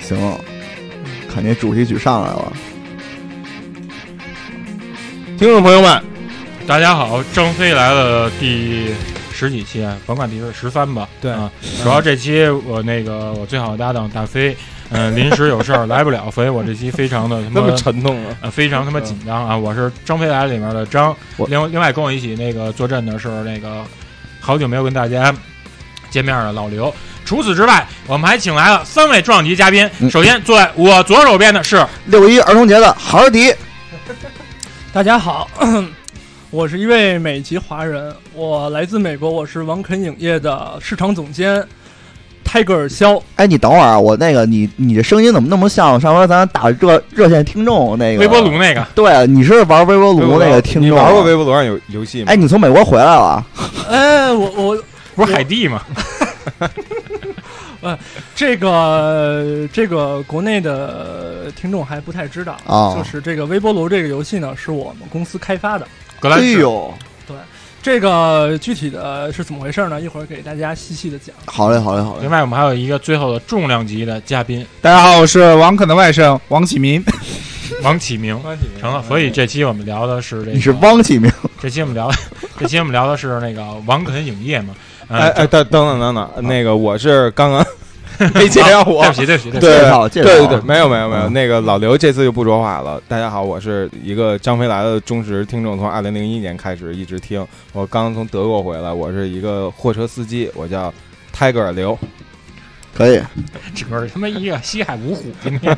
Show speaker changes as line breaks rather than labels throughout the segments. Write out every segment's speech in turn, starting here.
行，看你主题曲上来了，
听众朋友们，大家好，张飞来了第十几期，啊，甭管第十三吧，
对
啊，主要这期我那个我最好的搭档大飞，嗯、临时有事儿来不了，所以我这期非常的他
那
妈
么沉痛啊！
呃非常他妈紧张啊！我是张飞来了里面的张，
我
另另外跟我一起那个坐镇的是那个好久没有跟大家见面的老刘。除此之外，我们还请来了三位重量级嘉宾。
嗯
首先坐在我左手边的是
六一儿童节的哈尔迪，
大家好， 我是一位美籍华人，我来自美国，我是王肯影业的市场总监泰戈尔肖。
哎，你等会儿啊，我那个你你这声音怎么那么像上回咱打热热线听众那个
微波炉？那个，
对，啊你是玩微波炉那个听
你
众？
啊
啊
玩过微波炉上有游戏吗？
哎，你从美国回来了？
哎，我我
不是海蒂吗？
这个这个国内的听众还不太知道，啊
哦
就是这个微波炉这个游戏呢，是我们公司开发的。
格
哎
兰仕。
呦，
这个具体的是怎么回事呢？一会儿给大家细细的讲。
好嘞，好嘞，好嘞
另。外，我们还有一个最后的重量级的嘉 宾
大家好，我是王肯的外甥王启民。
王启明。成了，所以这期我们聊的是这个。
你是汪启明，
这期我们聊，这期我们聊的是那个王肯影业嘛。嗯
哎哎，等等等等等，那个我是刚 刚没介绍我
对不。起，对不起，对不起。
对
介绍介
对
绍
对对，没有没有没有，
嗯
那个老刘这次就不说话了。大家好，我是一个张飞来了的忠实听众，从二零零一年开始一直听。我刚从德国回来，我是一个货车司机，我叫泰戈尔刘。
可以，
整个他妈一个西海五虎今天。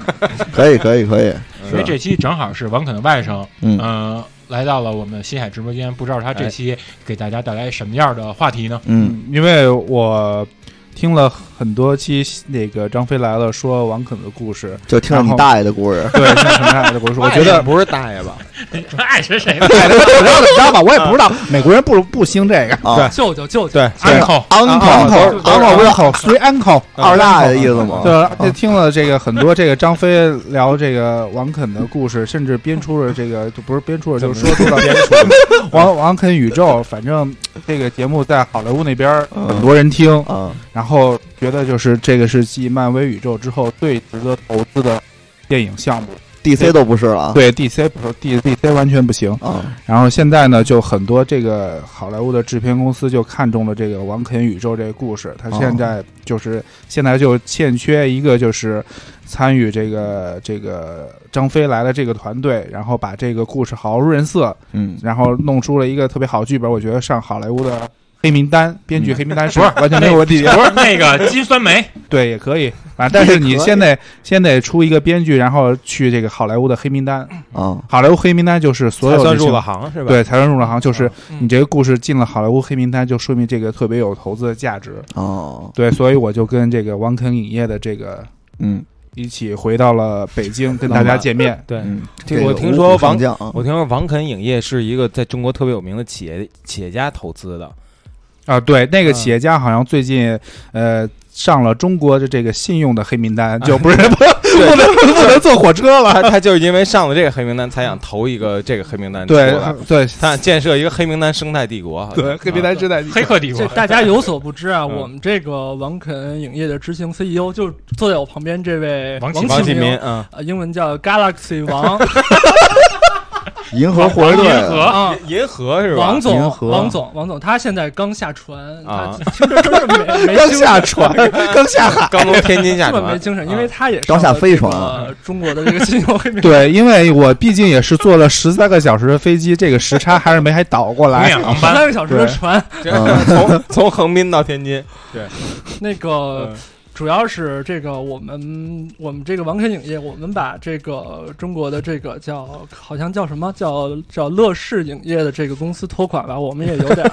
可以，可以，可以。
所以这期正好是王肯的外甥，
嗯
呃，来到了我们西海直播间，不知道他这期给大家带来什么样的话题 呢？
嗯，
因为我听了很多期那个张飞来了说王肯的故事，
就听了你大爷的故事。
对，是很大的故事。我觉得
不是大爷吧？
爱谁 谁吧，
对，怎么知道吧？我也不知道， 美国人不不兴这个。
啊
舅舅舅舅，
对，
哎
安扣
uncle
都是
uncle 不是 three uncle，
二大爷的意思吗？
对，就听了这个很多这个张飞聊这个王肯的故事，甚至编出了这个就不是编出了，就是说出了编出 王王肯宇宙。反正这个节目在好莱坞那边儿
嗯
很多人听，
啊，
然后觉得就是这个是继漫威宇宙之后最值得投资的电影项目。
DC 都不是了。
对 DC 不是 D DC 完全不行。
啊，
然后现在呢，就很多这个好莱坞的制片公司就看中了这个王肯宇宙这个故事。他现在就是、现在就欠缺一个就是参与这个这个张飞来了这个团队，然后把这个故事好好润色，
嗯，
然后弄出了一个特别好剧本。我觉得上好莱坞的。黑名单，编
嗯
剧黑名单是
不是
完全没有问题。
不是那个金酸梅，
对，也可以啊，但是你先得先得出一个编剧，然后去这个好莱坞的黑名 单。
啊，
好莱坞黑名单就是所
才
有
算
这
入
些
了，行是吧？
对，才算入了行，就是
嗯
你这个故事进了好莱坞黑名单，就说明这个特别有投资的价值。
哦，
对，所以我就跟这个王肯影业的这个
嗯，
一起回到了北京，跟大
浪
家
漫
见面。
对
嗯，
这
这
我
个
听
五
说
五上
王
将啊，
我听说王肯影业是一个在中国特别有名的企业企业家投资的，
啊，对，那个企业家好像最近呃上了中国的这个信用的黑名单，就不是不不能不能坐火车 了。
啊他他就是因为上了这个黑名单，才想投一个这个黑 名单出
对
来，
对
他想建设一个黑名单生态帝国。好像啊
对，黑名单时代
黑客帝
这
国。
大家有所不知啊，
嗯
我们这个王肯影业的执行 CEO 就坐在我旁边这位
王启
启
王
王
启
明
民，啊，
呃，英文叫 Galaxy 王
银河护卫
银
队，
河，
啊，
银河是吧？
王
银
总，
河
王总，王总，他现在刚下船，
啊
他听着真是没 没
刚
精
下
神
船，刚下海。
刚从天津下
根本没
船，
精神，
啊
因为他也
刚下
上了
飞
这
船
个中国的这个信 用黑名
对，因为我毕竟也是坐了十三个小时的飞机，这个时差还是没还倒过
红
来。
眼航
十
班，
三个小时的船，
这嗯从从横滨到天津，
那个
嗯
主要是这个我们我们这个王肯影业，我们把这个中国的这个叫好像叫什么叫叫乐视影业的这个公司拖垮吧，我们也有 点儿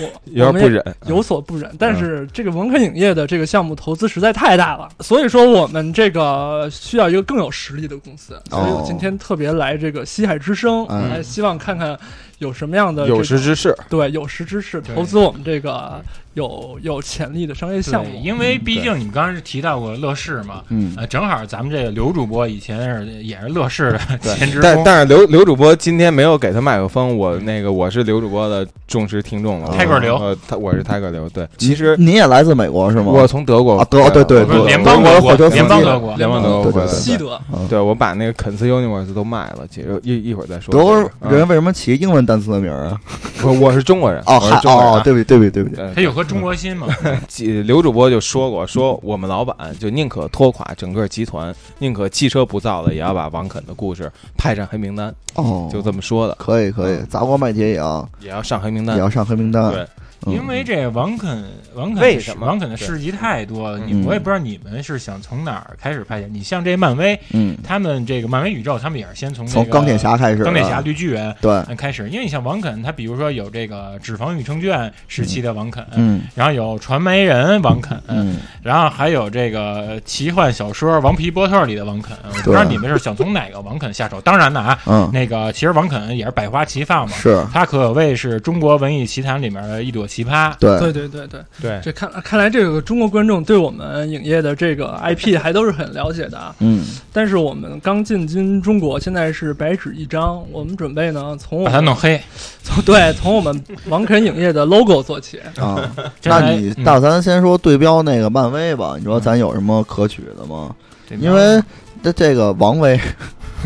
我
有
我们
点不
也
忍。
有所不忍，但是这个文科影业的这个项目投资实在太大了，所以说我们这个需要一个更有实力的公司，所以我今天特别来这个西海之声，
嗯
来希望看看有什么样的这
有
个
识之士，
对有识之士
对
投资我们这个有有潜力的商业项
对，
目。
因为
嗯
毕
对
竟你们刚刚是提到过乐视嘛，
嗯，
呃，正好咱们这个刘主播以前是也是乐视的
对
前职
但
工，
但是刘刘主播今天没有给他麦克风，我那个我是刘主播的忠实听众了。
泰戈尔刘
呃，他我是泰戈尔刘。对，其实
您也来自美国是吗？
我从德国哦
啊德
回来
对对
我
不是
对
联邦
我
德
的
国
火车，司机
联邦德国，
联邦德国
对对
回来
对
的。
西德，
对，我把那个肯斯 Universe 都卖了，其实一一会儿再说。
德国人
啊，
为什么起英文单词的名儿啊？
我我是中国人，
哦，
我是
还
中国人
哦，
啊。
对不起，对不起，对不起，
对
他有颗中国心
嗯
嘛，
几刘主播就说过，说我们老板就宁可拖垮整个集团，宁可汽车不造了，也要把王肯的故事派上黑名单，
哦，
就这么说的，
可以可以，砸锅卖铁也要
也要上黑名
也
单。
要上黑名单
对，
嗯
因为这王肯王肯
为什么
王肯的事迹太多了，
对
你
嗯
我也不知道你们是想从哪儿开始拍你像这漫威，
嗯，
他们这个漫威宇宙，他们也是先从
从
这个
钢铁、侠开始，啊
钢铁侠、，绿巨人
对，
嗯开始，因为你像王肯，他比如说有这个脂肪与证券时期的王肯，
嗯
然后有传媒人王肯，
嗯，
然后还有这个奇幻小说《王皮波特》里的王肯，我不知道你们是想从哪个王肯下手。当然了啊，
嗯，
那个其实王肯也是百花齐放嘛，
是
他可谓是中国文艺奇谈里面的一朵奇葩。
对
对对对对，
对，
这看看来这个中国观众对我们影业的这 个 IP 还都是很了解的啊。
嗯，
但是我们刚进军中国，现在是白纸一张，我们准备呢从我
把他
们
弄黑，
从对从我们王肯影业的 logo 做起。
啊，
这
那
还
你
嗯
那咱先说对标那个漫威吧，你说咱有什么可取的吗？
对吧
因为这这个王威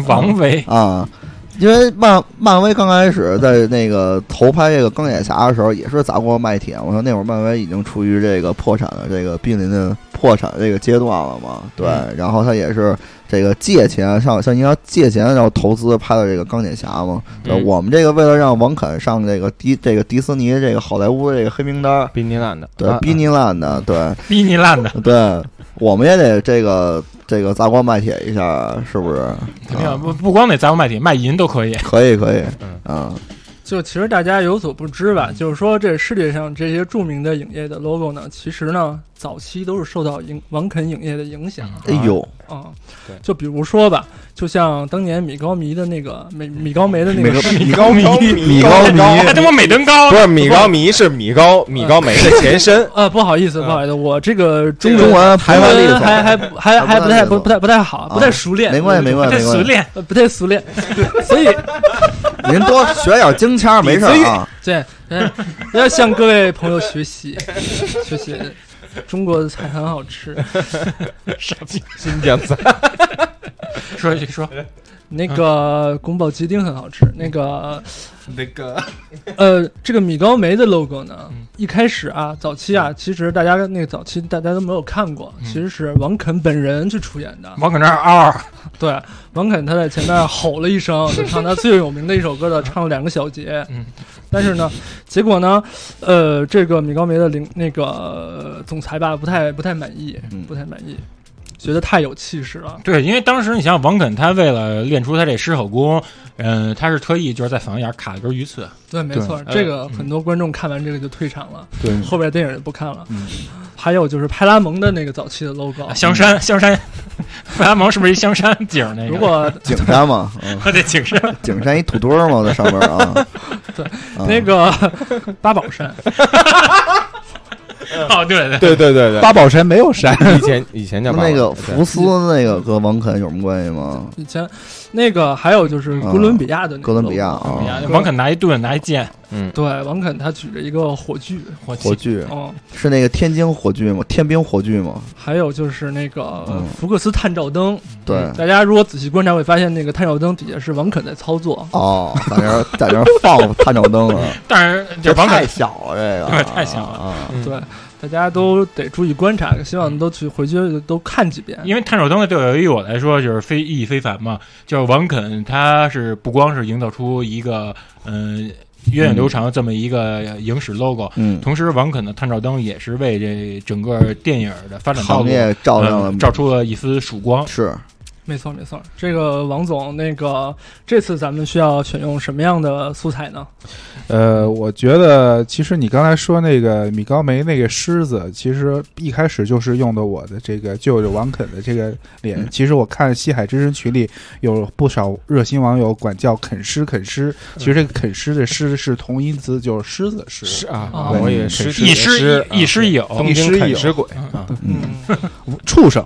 王维
啊，因为漫漫威刚开始在那个投拍这个钢铁侠的时候，也是砸锅卖铁。我说那会儿漫威已经处于这个破产的这个濒临的破产这个阶段了嘛，对。
嗯
然后他也是这个借钱，像像应该借钱然后投资拍的这个钢铁侠嘛。对，
嗯
我们这个为了让王肯上这个迪这个迪斯尼这个好莱坞这个黑名单。
宾尼烂的，
对
啊，嗯
逼尼烂的，对
逼你烂 的，
对，我们也得这个这个砸锅卖铁一下，是不是？
肯定不不光得砸锅卖铁，卖淫都可以。
可以，可以
嗯，
啊，
就其实大家有所不知吧，就是说这世界上这些著名的影业的 logo 呢，其实呢早期都是受到影王肯影业的影响啊。
哎呦，
啊
对
就比如说吧，就像当年米高梅的那个米米高梅的那
每
个。
个
米高迷，
米
高
迷，
他他妈美登高
不，是米高迷是 米高米高梅的前身
呃，不好意思，
嗯
不好意思，我这个中
中文台湾历
文
史
还还不还还不
台湾
太
历
不
史
不太不太好，不太熟练，
啊没关系，没关系，
这
没
熟
关系。
练，
呃，不太熟练，所以
您多学点京 腔儿，没事儿啊。
对，嗯要向各位朋友学习，学习中国的菜很好吃。
新疆菜，
说说
那个宫保鸡丁很好吃。那个
那个
呃，这个米高梅的 logo 呢
嗯，
一开始啊，早期啊，其实大家那个早期大家都没有看过，
嗯
其实是王肯本人去出演的。
王肯这儿嗷嗷，
对，王肯他在前面吼了一声，就唱他最有名的一首歌的，唱了两个小节。
嗯，
但是呢，结果呢，呃，这个米高梅的领那个呃总裁吧，不太不太满意
嗯，
不太满意，觉得太有气势了。
对，因为当时你想想，王肯他为了练出他这狮吼功，嗯、他是特意就是在嗓子眼儿卡了根鱼刺，
对，没错，
对
这个
嗯
很多观众看完这个就退场了，
对
后边电影也不看了
嗯。
还有就是派拉蒙的那个早期的 logo，
啊香山香山， 派拉蒙是不是一香山景儿那个？
如果
景山嘛，嗯，
对景山，
景山一土堆儿嘛，在上面 啊。
对
啊，
那个八宝山，
哦对对，
对对对
八宝山没有山，
对，以前以前叫八宝
那个
对
福斯那个和王肯有什么关系吗？
以前那个还有就是哥伦比亚的那个
啊哥伦比亚
logo
啊
哎，呀王肯拿一盾拿一剑，
嗯，
对，王肯他举着一个火炬，
我
火炬
哦，
是那个天津火炬吗？天兵火炬吗？
还有就是那个
嗯
福克斯探照灯，
嗯
对。
大家如果仔细观察会发现，那个探照灯底下是王肯在操作。
哦，在那儿在那儿放探照灯了，
但是 就是王
太
肯
小了，这
对
个
太小了
啊！
嗯
对，大家都得注意观察，希望都去回去都看几遍。
因为探手灯对于我来说就是非意义非凡嘛，就是王肯他是不光是营造出一个嗯源远流长这么一个影史 logo，、
嗯，
同时王肯的探照灯也是为这整个电影的发展道
行
路
业照亮
嗯
了，
照出了一丝曙光。
是
没错，没错。这个王总，那个这次咱们需要选用什么样的素材呢？
呃，我觉得其实你刚才说那个米高梅那个狮子，其实一开始就是用的我的这个舅舅王肯的这个脸。其实我看西海之声群里有不少热心网友管叫肯狮肯狮，其实这个肯狮的狮是同音字，就是狮子的狮。
是啊
啊，
哦
我也
是
嗯
是
一师
啊
一师一友，
东京
一
啃
师
食鬼啊，
嗯，
畜生，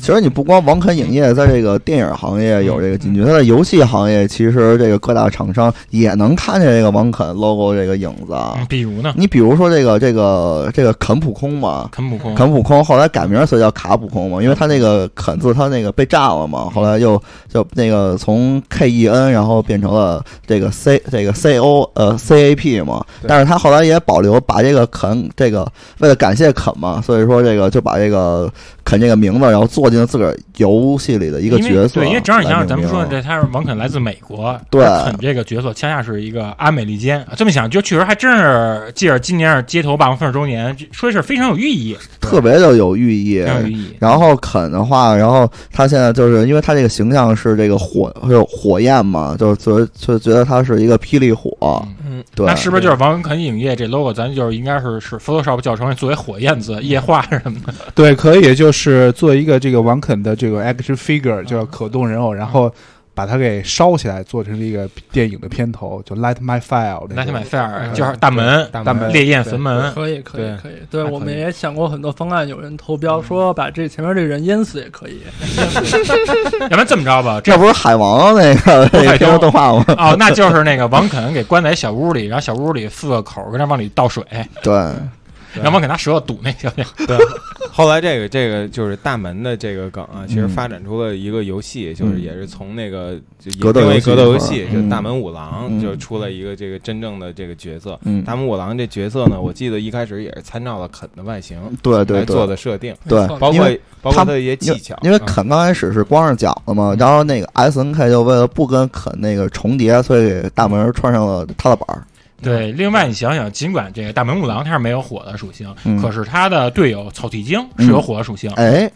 其实你不光王肯影业在这个电影行业有这个进军，它在游戏行业，其实这个各大厂商也能看见这个王肯 logo 这个影子啊
嗯。比如呢，
你比如说这个这个这个肯普空嘛，
肯普空，
肯普空后来改名，所以叫卡普空嘛，因为他那个肯字他那个被炸了
嗯
嘛，后来又就那个从 K E N 然后变成了这个 C 这个 C O 呃 C A P 嘛，
对
但是他后来也保留把这个肯这个为了感谢肯嘛，所以说这个就把这个肯这个名字然后做进了自个儿游戏里的一个
因为
角色来命名，
对，因为正好你想，咱们说这他是王肯来自美国，
对
而肯这个角色恰恰是一个阿美利坚。这么想，就确实还真是借着今年是街头霸王分手周年，说是非常有寓意，
特别的有寓意，
非常有寓意。
然后肯的话，然后他现在就是因为他这个形象是这个火，是火焰嘛，就是觉就觉得他是一个霹雳火，
嗯，
对，
那是不是就是王肯影业这 logo，咱就是应该是是 Photoshop 教程作为火焰字液化什么的，
对，可以就是做一个这个王肯的这个 action figure，叫可动人偶，然后把它给烧起来，做成这个电影的片头，就 Light My Fire
那
那个
天买菲尔就是大门
大
大
门
门
烈焰焚门，
可以，可以
对，
可以。对，
还
我们
可以嗯
也想过很多方案，有人投标说把这前面这个人淹死也可以。
要不然这么着吧，这
这不是海王那个那
海
个
东
片动画吗？
哦，那就是那个王肯给关在小屋里，然后小屋里四个口跟那往里倒水，
对，
然后王肯拿舌头堵那小
对，后来这个这个就是大门的这个梗啊，
嗯
其实发展出了一个游戏，就是也是从那个就也
格斗
因为
游戏
格斗游
是吧
戏，就
嗯
大门五郎
嗯
就出了一个这个真正的这个角色。
嗯，
大门五郎这角色呢，我记得一开始也是参照了肯的外形
对
来
对
做
对
的设定，
对
没，错
包
因
括
为
包括
他
他的一些技巧，
因为
嗯
肯刚开始是光着脚的嘛，
嗯
然后那个 S N K 就为了不跟肯那个重叠，所以给大门穿上了踏板儿。
对，另外你想想，尽管这个大门五郎他是没有火的属性，
嗯
可是他的队友草剃精是有火的属性。
哎，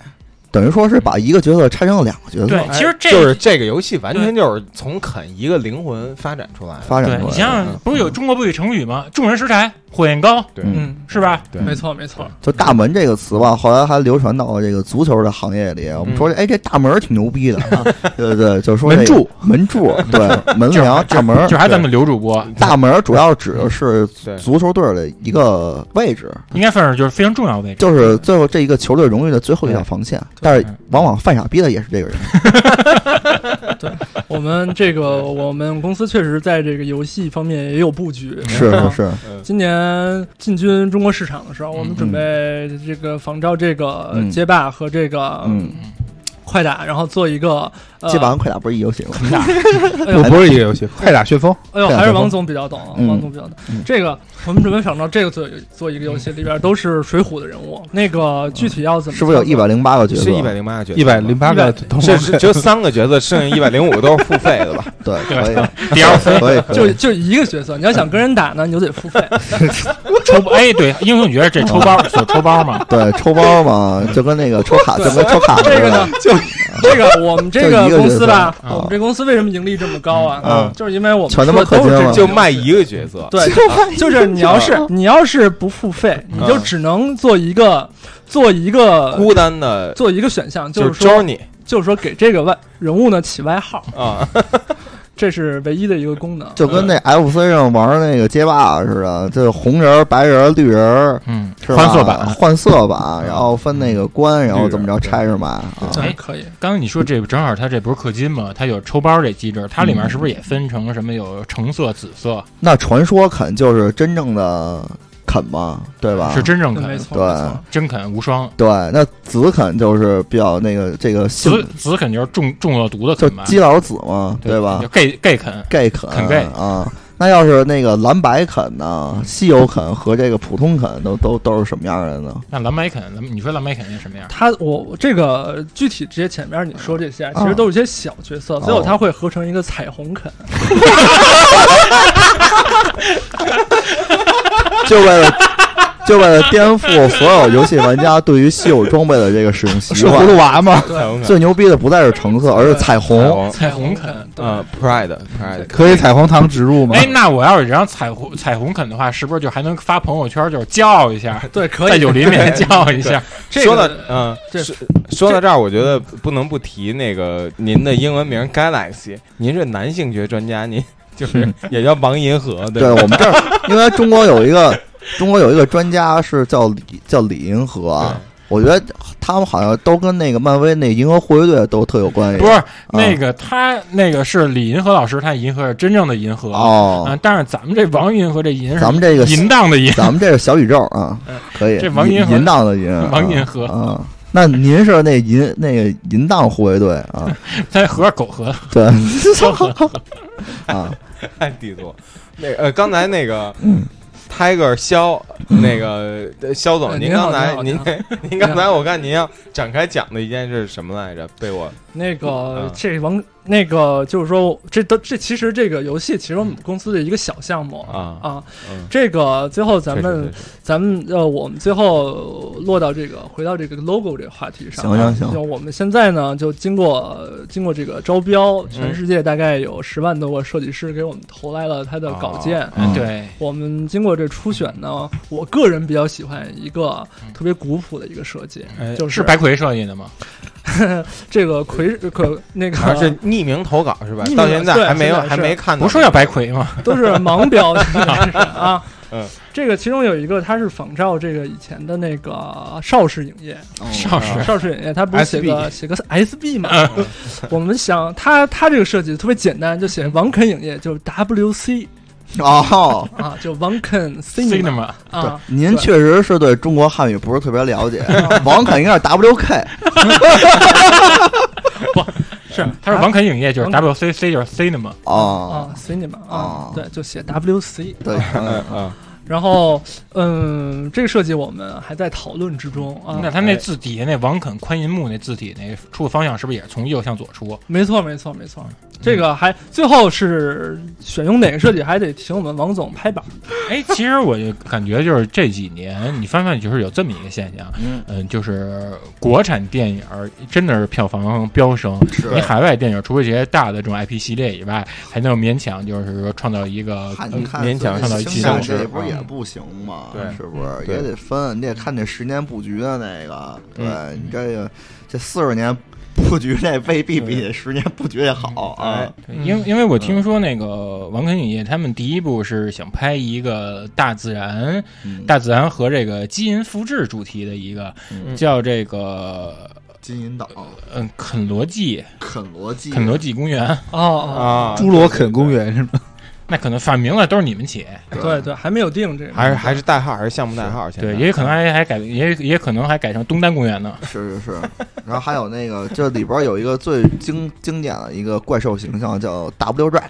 等于说是把一个角色拆成了两个角
对
色，
其实这
就是这个游戏完全就是从肯一个灵魂发展出来的。
发展
对
出
你
来。
想想，不是有中国不语成语吗？众人拾柴火焰高，
对
嗯
嗯，
是吧？
嗯
没错，没错。
就大门这个词吧，后来还流传到这个足球的行业里。我们说，哎，这大门儿挺牛逼的，啊对对对，就说这个
门柱，
门柱，对，门
就是
梁，大门儿
就，是还咱们刘主播，
大门儿主要指的是
对
足球队儿的一个位置，
应该算是就是非常重要的位置。
就是最后这一个球队荣誉的最后一道防线。但是往往犯傻逼的也是这个人，
我们这个，我们公司确实在这个游戏方面也有布局。
是
啊
是是，
嗯
今年进军中国市场的时候，我们
嗯
准备这个仿照这个
嗯
街霸和这个
嗯，
快打，然后做一个呃
基本上快打不是一游戏吗？
那
哎呦
不不是一个游戏，快打旋风。
哎呦，
对啊
还是
对
王总比较懂，
嗯
王总比较懂
嗯。
这个我们准备仿照这个做做一个游戏，里边都是水浒的人物。那个具体要怎么？
嗯是不是有一百？零八个角色？
是一百零八个角色吗，
一百零八个动
是
画
是只有三个角色，剩下一百零五都是付费 的吧？
对，可以，
DLC
可以，
就
可以。嗯啊
就一个角色，你要想跟人打呢，你就 得付费。
抽包哎，对，英雄你觉得这抽包所抽 包嘛？
对，抽包嘛，就跟那个抽卡，就跟抽卡似
这个呢
的。，
就这个我们这个公司吧，
就一个角色
我们这公司为什么盈利这么高啊？
啊嗯
就是因为我们
全他妈
说的
氪金
都
了
是
就卖一个角色，
对，就是你要是你要是不付费，你就只能做一个做一个
孤单的
做一个选项，就是是说
Johnny
就是说给这个外人物呢起外号，
啊，
这是唯一的一个功能。
就跟那 FC 上玩那个街霸似的，这红人儿、白人儿、绿人儿，
嗯，
是吧
换色版。
换色 版，然后分那个关，然后怎么着
绿人
拆着买啊？
对
哎
可以。
刚刚你说这正好，它这不是氪金嘛？它有抽包这机制，它里面是不是也分成什么有橙色、紫色，
那传说肯就是真正的肯嘛，对吧？
是真正
没
肯，
错，
对
没错
真肯无双。
对，那紫肯就是比较那个这个性
紫，紫肯就是中中了毒的
就
肯吧？
基佬紫嘛，对吧
就？gay gay 肯，
？gay 肯
肯 gay
啊，那要是那个蓝白肯呢？稀有肯和这个普通肯都都都是什么样的呢？
那蓝白肯，蓝你说蓝白肯是什么样？
他我这个具体直接前面你说这些，其实都是一些小角色，最后他会合成一个彩虹肯。
就为了就为了颠覆所有游戏玩家对于稀有装备的这个使用习
是葫
惯。
芦娃吗？
彩虹肯
最牛逼的不再是橙色，而是彩
彩
虹。
虹，
彩虹肯。
嗯，Pride Pride，
可以彩虹糖植入吗？
哎，那我要是让彩虹彩虹肯的话，是不是就还能发朋友圈，就是叫一下，
对，可以
在九黎面前叫一下？这
说
个
到嗯，
这
说说到这儿，我觉得不能不提那个您的英文名 Galaxy，您是男性学专 家，您就是也叫王银河，
对
吧
我？们这儿，因为中国有一个中国有一个专家是叫李叫李银河啊，我觉得他们好像都跟那个漫威那银河护卫队都特有关系。
不是那个他那个是李银河老师，他银河是真正的银河啊、
哦，
但是咱们这王银河这银是
咱们这个
淫荡的淫，
咱们这是小宇宙啊，可以
这王银
银
河
淫荡的银，
王银河
啊。啊那您是那银那个淫荡护卫队啊？
他和狗和
对，啊，
太低俗。那个呃，刚才那个
嗯
Tiger 肖，那个呃肖
呃
总，您
您好
刚才您
您好
您刚才我看您要展开讲的一件事是什么来着？被我
那个
啊
这王那个就是说，这都这其实这个游戏其实我们公司的一个小项目
啊
啊
嗯，
这个最后咱
确实确
们
实
咱们呃，我们最后落到这个回到这个 logo 这个话题上
行
啊。
行行
就我们现在呢，就经过经过这个招标，全世界大概有十万多个设计师给我们投来了他的稿件。
哦
嗯
对，
我们经过这初选呢，我个人比较喜欢一个特别古朴的一个设计，
哎
嗯就是
白魁设计的吗？
这个魁可那个
还是匿名投稿是吧
呃匿？名
到现在
对
还没有
现在是
还没看到，
不是说要白魁吗？
都是盲标 啊。
嗯，
这个其中有一个，它是仿照这个以前的那个邵氏影业，
嗯啊
少时
邵氏影业哎它不是写个
SB
写个 SB 嘛？我们想它它这个设计特别简单，就写王肯影业，就是 WC
哦，
啊，就王肯 Cinema
cinema
啊。
您确实是对中国汉语不是特别了解
啊，
王肯应该是 WK，
是，他是王肯影业，就是
啊王
WCC 就是 cinema，
哦，
啊，cinema
哦
啊，对，就写 WC。
对，
嗯
嗯
嗯
然后，嗯，这个设计我们还在讨论之中啊。
那他
哎
那字底下那王肯宽银幕那字体那出的方向是不是也是从右向左出？
没错，没错，没错。这个还最后是选用哪个设计，还得请我们王总拍板。
哎，其实我就感觉就是这几年，你翻翻就是有这么一个现象，
嗯，
嗯，就是国产电影儿真的是票房飙升。
是
你海外电影除了这些大的这种 IP 系列以外，还能勉强就是说创造一个
看
呃
你看
勉强
看
上到一起
这
上
这
市
不是也
嗯
不行吗？
对
是不是
对
也得分？你得看这十年布局的那个，对
嗯
你这个这四十年布局这未必比
对
十年布局也好啊
哎。
对因为因为我
嗯
听说那个王肯影业他们第一部是想拍一个大自然、
嗯
大自然和这个基因复制主题的一个
嗯
叫这个
金银岛、
嗯肯罗纪
肯罗基、
肯罗纪公园，
哦，
啊，
侏罗肯公园是吗？
那可能反名了都是你们起，
哦对对，还没有定这个。
还是还是代号还是项目代号？现在
对，也有可能还还改也也可能还改成东单公园呢。
是是是，然后还有那个，这里边儿有一个最经经典的一个怪兽形象叫 W Rex，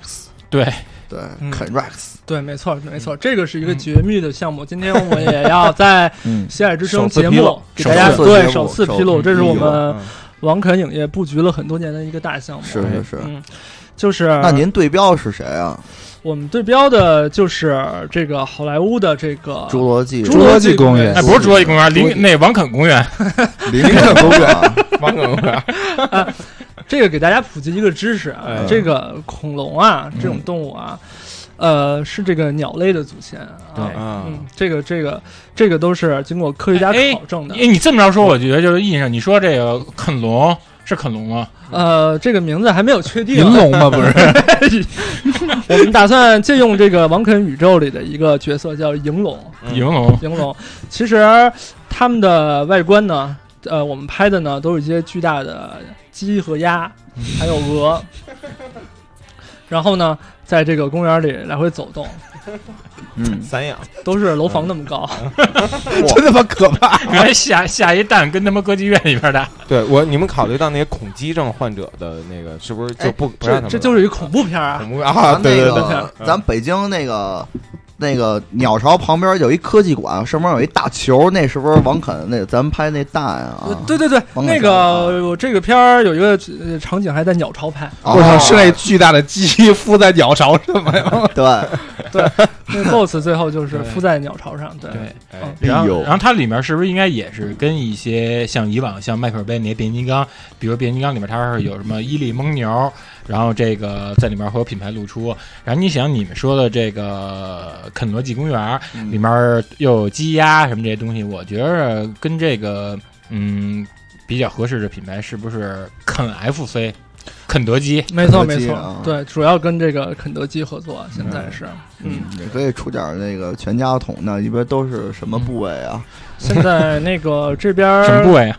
对，
对，
嗯
肯 Rex，
对，没错，没错，这个是一个绝密的项目。今天我们也要在《
嗯，
西海之声》
首次
节
披
目
露
给大家
首次节
对
目
首次
首
披露，
次
这是我
披露
们
嗯
王肯影业布局了很多年的一个大项目。
是是是。
嗯，就是
那您对标是谁啊？
我们对标的就是这个好莱坞的这个
侏罗纪、
啊侏罗纪公园哎
那不是侏罗纪公园，林那王肯公园，
林肯公啊园，
王总公园，
这个给大家普及一个知识啊，
哎
这个恐龙啊，这种动物啊，呃，是这个鸟类的祖先啊。
对
嗯，这个这个这个都是经过科学家
哎
考证的。
哎，你这么着说，我觉得就是印象。你说这个肯龙是肯龙吗？
呃，这个名字还没有确定
银。龙吗？不 是，
我们打算借用这个王肯宇宙里的一个角色叫银龙。
嗯
银 龙，
银龙，其实他们的外观呢，呃，我们拍的呢都是一些巨大的鸡和鸭，还有鹅。然后呢，在这个公园里来回走动，
嗯，
散养，
都是楼房那么高。
真他妈可怕！
原来下下一蛋跟他妈歌剧院里边的，
对我，你们考虑到那些恐激症患者的那个，是不是就不不让
哎
他
这
们
这就是一恐怖片啊！
恐怖啊？
咱那
对对对，
个，咱北京那个那个鸟巢旁边有一科技馆，上面有一大球，那是不是王肯那咱们拍那蛋啊？
对对对，
王
那
肯照
个我这个片儿有一个呃场景还在鸟巢拍，
啊，
我操，是那巨大的鸡附在鸟巢上吗？
对，
那 BOSS 最后就是
对
附在鸟巢上，对
对，
哎
哎
然后
呦
然后它里面是不是应该也是跟一些像以往像迈克尔贝那些变形金刚，比如变形金刚里面它是有什么伊利蒙牛，然后这个在里面会有品牌露出。然后你想你们说的这个肯罗纪公园
嗯
里面又有鸡鸭什么这些东西，我觉着跟这个嗯比较合适的品牌是不是肯 FC 肯德基？
没错
肯德
没
基
错
啊，
对，主要跟这个肯德基合作，啊现在是，嗯，
也可以出点儿那个全家桶的，一般都是什么部位啊？
现在那个这边儿
什么部位啊？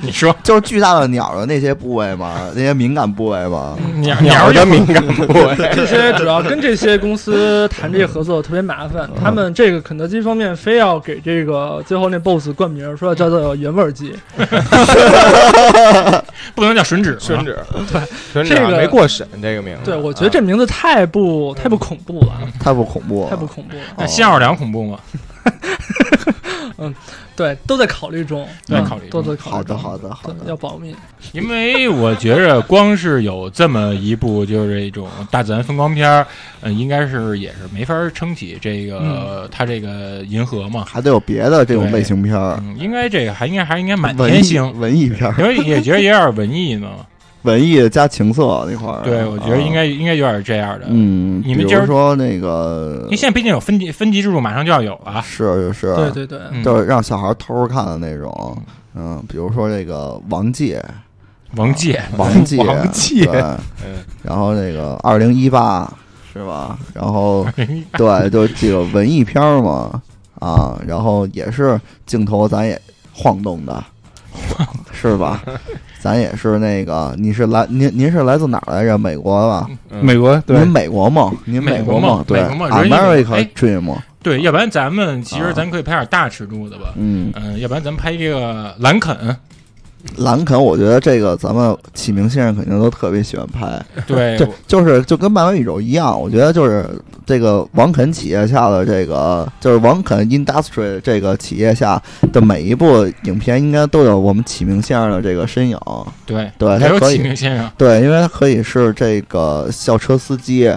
你说
就是巨大的鸟的那些部位 嘛，那些敏感部位嘛。
鸟
鸟
鸟
的敏感部位，
这些主要跟这些公司谈这个合作特别麻烦，
嗯
他们这个肯德基方面非要给这个最后那 BOSS 冠名，说要叫做原味鸡，
不能叫吮指
顺
吗？
指，顺指
这个
啊没过审这个名字。啊
对我觉得这名字太不太不恐怖了，
嗯太不恐怖了，
太不恐怖了，
那夏尔良恐怖吗？
对，都在考虑中，
都在
嗯
考虑
都
中
在
好
考虑
的，
中，
好的，好
对
的。
要保密，
因为我觉着光是有这么一部就是一种大自然风光片儿，嗯、应该是也是没法儿撑起这个、它这个银河嘛。
还得有别的这种类型片儿，
嗯，应该这个还应该还应该满
文
天
艺
星，
文艺片儿，
因为也觉得有点文艺 呢。
文艺加情色那块儿。
对，我觉得应该、应该有点这样的。
啊。嗯，
你们
比
今
如
儿
说那个
因为现在毕竟有分级分级制度，马上就要有了。
是是，
对对对，
嗯、
就是让小孩偷偷看的那种。嗯，比如说这个王界，
王界，
啊 王界，
王界
对
嗯
然后那个二零一八是吧？然后对，就这个文艺片儿嘛，啊，然后也是镜头咱也晃动 的，是吧？咱也是那个，你是来您您是来自哪儿来着？美国吧？
嗯
美国对
您美国梦，您
美
国
国梦
对啊
美国梦人家哎
，America Dream，
对，要不然咱们其
啊
实咱可以拍点大尺度的吧。
嗯，
嗯，要不然咱们拍这个兰肯，
兰肯，我觉得这个咱们启明先生肯定都特别喜欢拍，
对，
就就是就跟漫威宇宙一样，我觉得就是这个王肯企业下的这个，就是王肯 Industry 这个企业下的每一部影片，应该都有我们启明先生的这个身影。
对
对还
还有
可以
启明先生，
对，因为他可以是这个校车司机，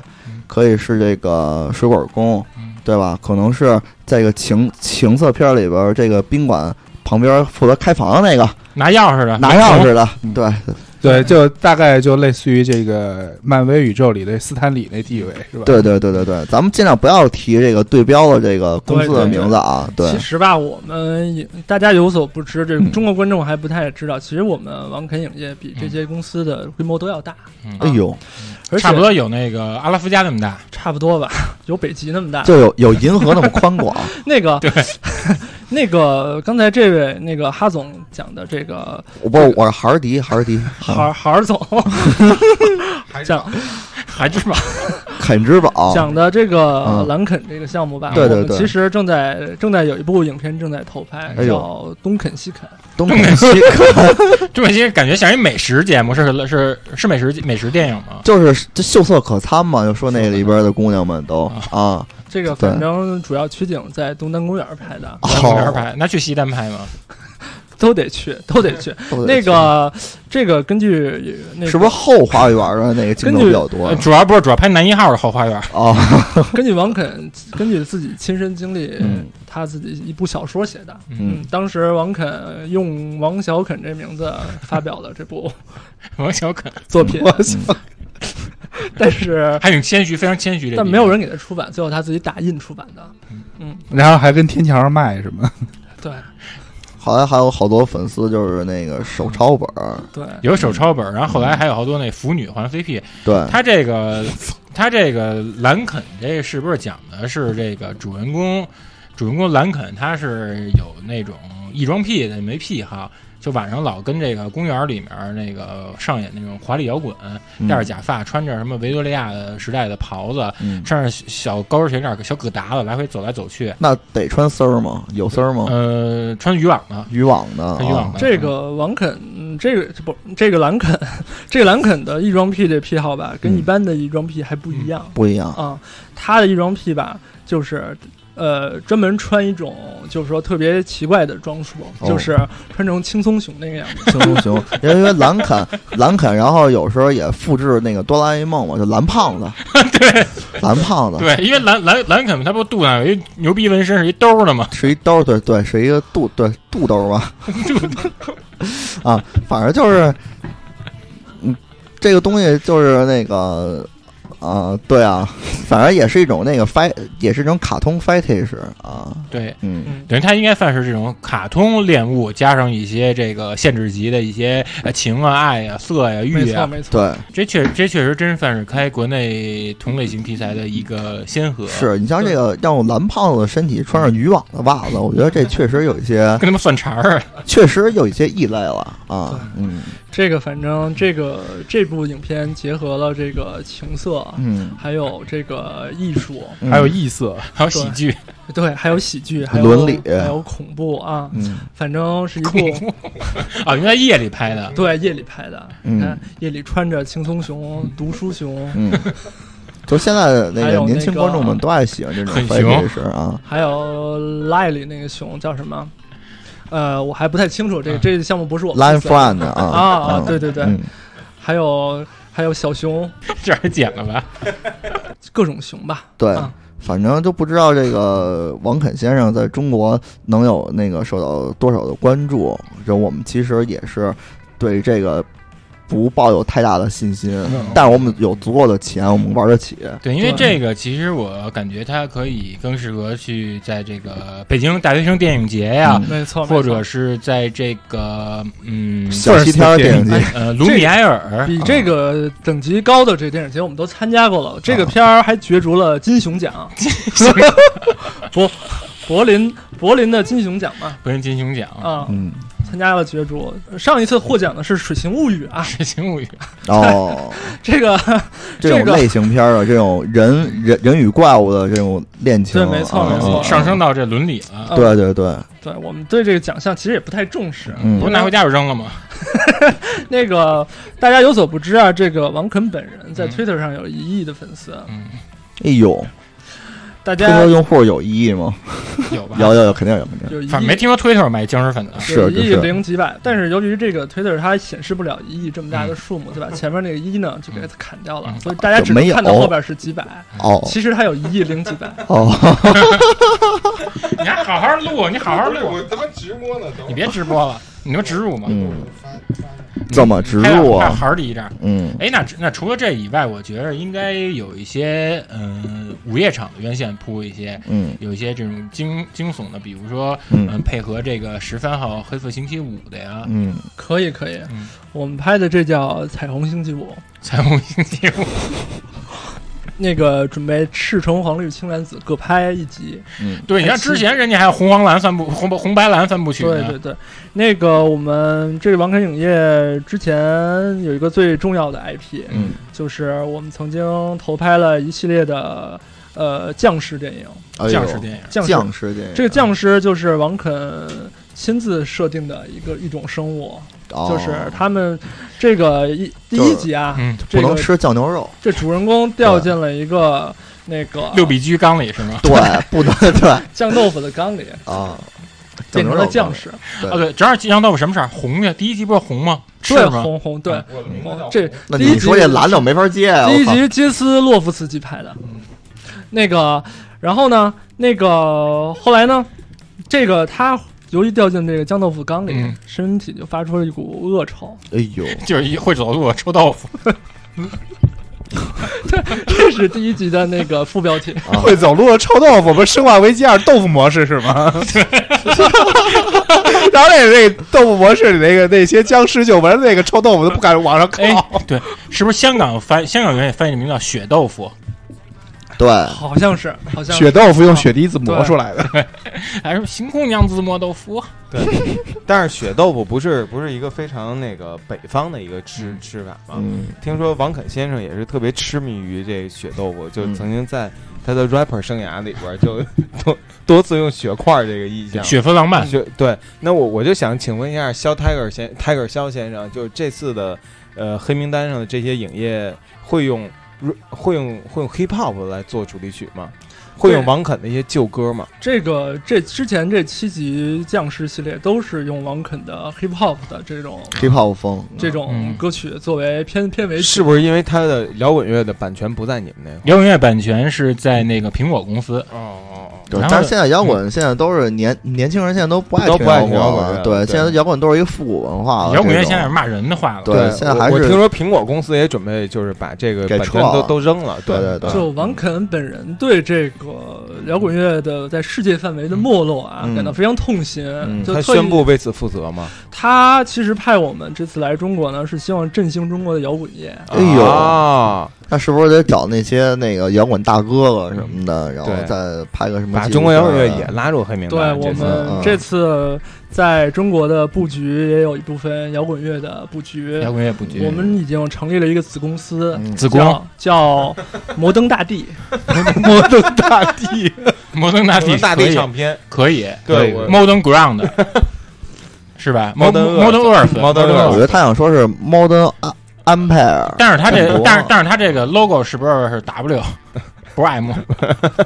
可以是这个水管工
嗯，
对吧？可能是这个情情色片里边这个宾馆旁边负责开房的那个
拿钥匙的，
拿钥匙的，
嗯
对，
对，就大概就类似于这个漫威宇宙里的斯坦李那地位是吧？
对对对对对，咱们尽量不要提这个对标的这个公司的名字啊。对
其，实吧，我们也大家有所不知，这个
嗯
中国观众还不太知道，其实我们王肯影业比
嗯
这些公司的规模都要大，啊
哎呦，
而且
差不多有那个阿拉斯加那么大，
差不多吧，有北极那么大。
就有有银河那么宽广，
那个那个刚才这位那个哈总讲的这个
我不是我是孩儿迪，孩儿迪，
孩孩儿总讲
还知道
肯之宝，
讲的这个
嗯
兰肯这个项目吧，
对对
我们
对
其实正在正在有一部影片正在投拍，
哎呦
叫《东肯西肯》。
东肯西肯，
这么些感觉像一美食节目，是是是美食美食电影吗？
就是这秀色可餐嘛，就说那里边的姑娘们都啊，
这个
对
反正主要取景在东单公园拍的，
那边拍，那去西单拍吗？
都得去，都得去。
啊都得
那个，这个根据那个
是不是后花园的那个镜头比较多
呃主要不是主要拍男一号的后花园，
啊？
根据王肯根据自己亲身经历，
嗯
他自己一部小说写的。
嗯，
当时王肯用王小肯这名字发表了 这部
王小肯
作品，嗯
我操，
但是
还挺谦虚，非常谦虚这。
但没有人给他出版，最后他自己打印出版的。
嗯
嗯
然后还跟天桥上卖是吗？
对
好像还有好多粉丝就是那个手抄本儿，
对，
有手抄本，然后后来还有好多那腐女还 CP，
对，
他这个他这个兰肯这个是不是讲的是这个主人公主人公兰肯他是有那种异装癖的没癖好，就晚上老跟这个公园里面那个上演那种华丽摇滚，戴着
嗯
假发，穿着什么维多利亚的时代的袍子，
嗯，
穿着小高跟鞋那儿小疙瘩子来回走来走去，
那得穿丝儿吗？有丝儿吗？
呃，穿渔网的，
渔网的，
穿渔网
啊
的。
这个王肯，嗯这个不，这个兰肯，这个兰肯的异装癖这癖好吧，跟
嗯
一般的异装癖还不一样。
不一样，
啊，他的异装癖吧，就是呃，专门穿一种就是说特别奇怪的装束，
哦
就是穿成轻松熊那个样子。
行行行，因为因为兰肯兰肯，然后有时候也复制那个哆啦 A 梦嘛，就蓝胖子，蓝胖子，
对，因为兰兰兰肯他不肚上有一牛逼纹身，是一兜儿的嘛，
是一兜，对对，是一个肚，对肚兜吧，啊，反正就是，嗯，这个东西就是那个，啊、对啊，反正也是一种那个 fight，也是一种卡通 fetish 啊，
对，
嗯，
等于它应该算是这种卡通恋物，加上一些这个限制级的一些呃情啊、爱呀、色呀、
没
欲
错
呀，
没错，
对，
这确这确实真算是开国内同类型题材的一个先河，
是你像这个让蓝胖子的身体穿上渔网的袜子，我觉得这确实有一些，
跟他们算茬儿，
确实有一些异类了啊，嗯
这个反正这个这部影片结合了这个情色，
嗯，
还有这个艺术，
嗯
还有异色，
还有喜剧，
对，还有喜剧，还有
伦理
还有恐怖啊，
嗯
反正是一部
恐怖啊，原来夜里拍的，
对夜里拍的，
嗯
你看夜里穿着轻松熊、读书熊，
嗯，就现在的那
还
个
有
年
那
轻
个
观众们都爱喜欢这种
很
fetish 啊，
还有赖里那个熊叫什么？呃，我还不太清楚这个
啊
这个项目不哦是我
Line
负责的
friend 啊
啊
嗯
对对对
嗯
还有还有小熊，
这还剪了吧？
各种熊吧。
对
啊，
反正就不知道这个王肯先生在中国能有那个受到多少的关注，就我们其实也是对这个不抱有太大的信心，
嗯
但是我们有足够的钱，我们玩得起，
嗯
对，因为
对
这个其实我感觉它可以更适合去在这个北京大学生电影节呀、
嗯
没错，
或者
没错
是在这个 嗯
小西天儿电影
哎
节，
呃卢米埃尔，
比这个等级高的这电影节我们都参加过了，这个
啊
片儿还角逐了金 熊奖，柏柏林柏林的金熊奖嘛
不是金熊奖，
啊，
嗯，
参加了角逐。上一次获奖的是《水形物语》啊，
是星物语，
哦，
这个
这种
这个
类型片儿的这种人人人与怪物的这种恋情，
对没错
啊
没错嗯
啊
上升到这伦理了。
对对对，
对我们对这个奖项其实也不太重视。
嗯
不是拿回家就扔了吗？
那个大家有所不知啊，这个王肯本人在
嗯
Twitter 上有一亿的粉丝，啊
嗯，
哎呦，
大
推特
家
用户有一亿吗？
有吧？
有有有，肯定有，肯定有。
有一
反正没
亿。
听说推特买僵尸粉的。
是啊
有
就
一亿
是
零几百，但是由于这个 Twitter 它显示不了一亿这么大的数目，对吧？前面那个一呢就给它砍掉了，
嗯
所以大家只
嗯就没
能
有
看到后边是几百。
哦
其实它有一亿零几 百，
哦，
你还好好录， 你好好录，啊
我他妈直播呢，等
你别直播了，你他妈植入啊嘛，
嗯，怎么植入
拍点
啊？
孩儿的一张。
嗯
哎，那那除了这以外，我觉得应该有一些嗯、午夜场的院线铺一些，
嗯
有一些这种惊惊悚的，比如说嗯、
嗯
配合这个十三号黑色星期五的呀，
嗯，
可以可以
嗯。
我们拍的这叫《彩虹星期五》，
彩虹星期五，
那个准备赤橙黄绿青蓝紫各拍一集，
对，你像之前人家还有红黄蓝三部红白红白蓝三部曲
对
呢，
对对，那个我们这个王肯影业之前有一个最重要的 IP，
嗯，
就是我们曾经投拍了一系列的呃将士电影，
哎呦
僵尸电影。
将士
将士电影，
这个将士就是王肯亲自设定的一个一种生物，
哦
就是他们这个一第
就是
一集啊，
嗯，
不
这
能
个
吃酱牛肉，
这主人公掉进了一个那个
六比居缸里是吗？
对，不 能对
酱豆腐的缸里，
啊，
变成了将
酱，
士，
啊，对，正好酱豆腐什么色儿？红的，第一集不是红吗？是
对
吗？
红红对。
我他妈
红
叫
这
嗯那
第一
你
集
说这蓝的我没法接啊，
第一
我靠
集杰斯洛夫斯基拍的，那个，然后呢，那个后来呢，这个他由于掉进这个酱豆腐缸里，
嗯
身体就发出了一股恶臭，
哎呦，
就是一会走路啊臭豆腐，
这是第一集的那个副标题。
啊
会走路的臭豆腐，不是《生化危机二》豆腐模式是吗？ 然后那那豆腐模式里那个那些僵尸就闻着那个臭豆腐都不敢往上靠。
哎，对，是不是香港翻香港原也翻译名叫血豆腐？
对，
好像是，好像
血
是
豆腐用雪滴子磨
哎对
出来的，
还是新姑娘自磨豆腐？啊
但是血豆腐不是不是一个非常那个北方的一个吃吃法吗？
嗯
啊
听说王肯先生也是特别痴迷于这血豆腐，就
嗯
曾经在他的 rapper 生涯里边儿就多多次用血块儿这个意象。
血分浪漫，
血对，那我我就想请问一下肖 Tiger 先 Tiger 肖先生，就是这次的呃黑名单上的这些影业会用会用会用 hip hop 来做主题曲吗？会用王肯的一些旧歌吗？
这个这之前这七集僵尸系列都是用王肯的 hip hop 的这种
hiphop 风，
这种
嗯
歌曲作为片片尾曲，
是不是因为他的摇滚乐的版权不在你们那块
摇滚乐版权是在那个苹果公司，
儿？哦
对，
然后
但是现在摇滚现在都是年年轻人现在都不爱
嗯都
听
不爱
摇
听摇滚
了，
乐
对，
对
现在摇滚都是一个复古文化了。
摇滚乐
这种
现在是骂人的话了。
对现在
我
还
我
是
听说苹果公司也准备就是把这个
给
版
撤
权
了
都都扔了，啊
对对对
就王肯本人对这个摇滚乐的在世界范围的没落啊，
嗯
感到非常痛心。
嗯
就
他
特意
宣布，为此负责吗？
他其实派我们这次来中国呢，是希望振兴中国的摇滚业。
哎呦
啊
那是不是得找那些那个摇滚大哥哥什么的，然后
对
再拍个什么？
把中国摇滚乐
啊
也拉入黑名
对
单。
我
这次
们这次在中国的布局也有一部分摇滚乐的布局
摇。滚乐不局，
我们已经成立了一个子公司，
嗯
紫光
叫叫摩登大地。
摩登大地，
摩登大
摩
地
登大
可
地
以
唱片，
可以
对
可以
我
Modern Ground 是吧
Modern
Modern Earth
Modern
我觉得他想说是 Modern A- Empire，
但是他
中
这
国
但是但是他这个 logo 是不是是 W 不是 M？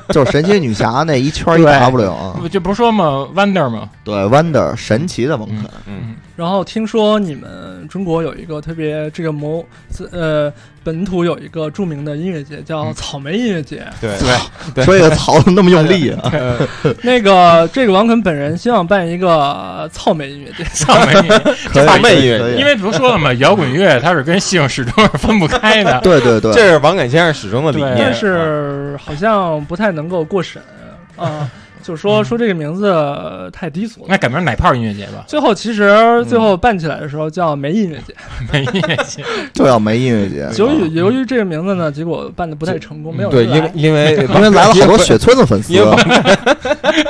就是神奇女侠那一圈一
对
W 啊，
不就不是说嘛 Wonder 嘛，
对，Wonder 神奇的蒙肯，
嗯，
然后听说你们中国有一个特别这个某呃本土有一个著名的音乐节叫
嗯
草莓音乐节，
对
对
对
所以曹那么用力啊，
呃
那个这个王肯本人希望办一个草莓音乐 节，
草莓音乐
可以
放妹音
可以
因为不是说了嘛，摇滚乐它是跟性始终是分不开的。
对对
这
对，
是王凯先生始终的理念。啊
对
但是好像不太能够过审 啊，就说说这个名字呃太低俗
哎
了
那。改名奶泡音乐节吧，
最后其
嗯
实最后办起来的时候叫没音乐节，
没音乐 节。
就要没音乐节，啊
由于由于这个名字呢，结果办的不太成功，
嗯
没有
哎对，
人来
因因 为
因为来了好多雪村的粉丝啊
因，为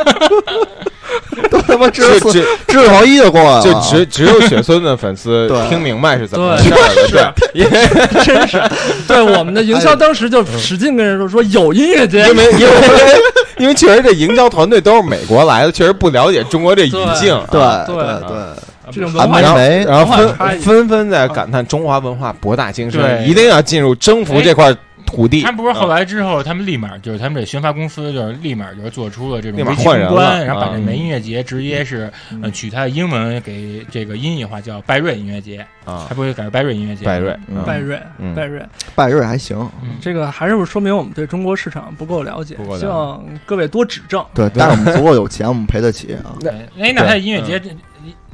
都他妈知识
就只
知识毛衣就过来了，啊
就只只有雪村的粉丝
对
听明白是怎么回事儿了，对，因为
真是， 对我们的营销当时就使劲跟人说说有音乐节，
因为因为因为确实这营销团队都是美国来的，确实不了解中国这语境啊，
对
对
对，
嗯
这种
韩
文化
梅梅，
然后
文化差异
纷纷纷在感叹中华文化博大精深，
对哎
一定要进入征服这块土地。
他们不是后
啊
来之后，他们立马就是他们这宣发公司就是立马就是做出了这种
立马
危机
换人
公关
了
然后把
啊
这没音乐节直接是
嗯
呃取它的英文给这个音译化叫拜瑞音乐节，
啊
还，不会改拜瑞音乐节。
拜瑞，
嗯
拜瑞
嗯，
拜瑞，
拜瑞还行，
嗯，
这个还是不是说明我们对中国市场不够了解
不够了？解
希望各位多指正。
对，但是我们足够有钱，我们赔得起啊，
对哎，那他的音乐节
嗯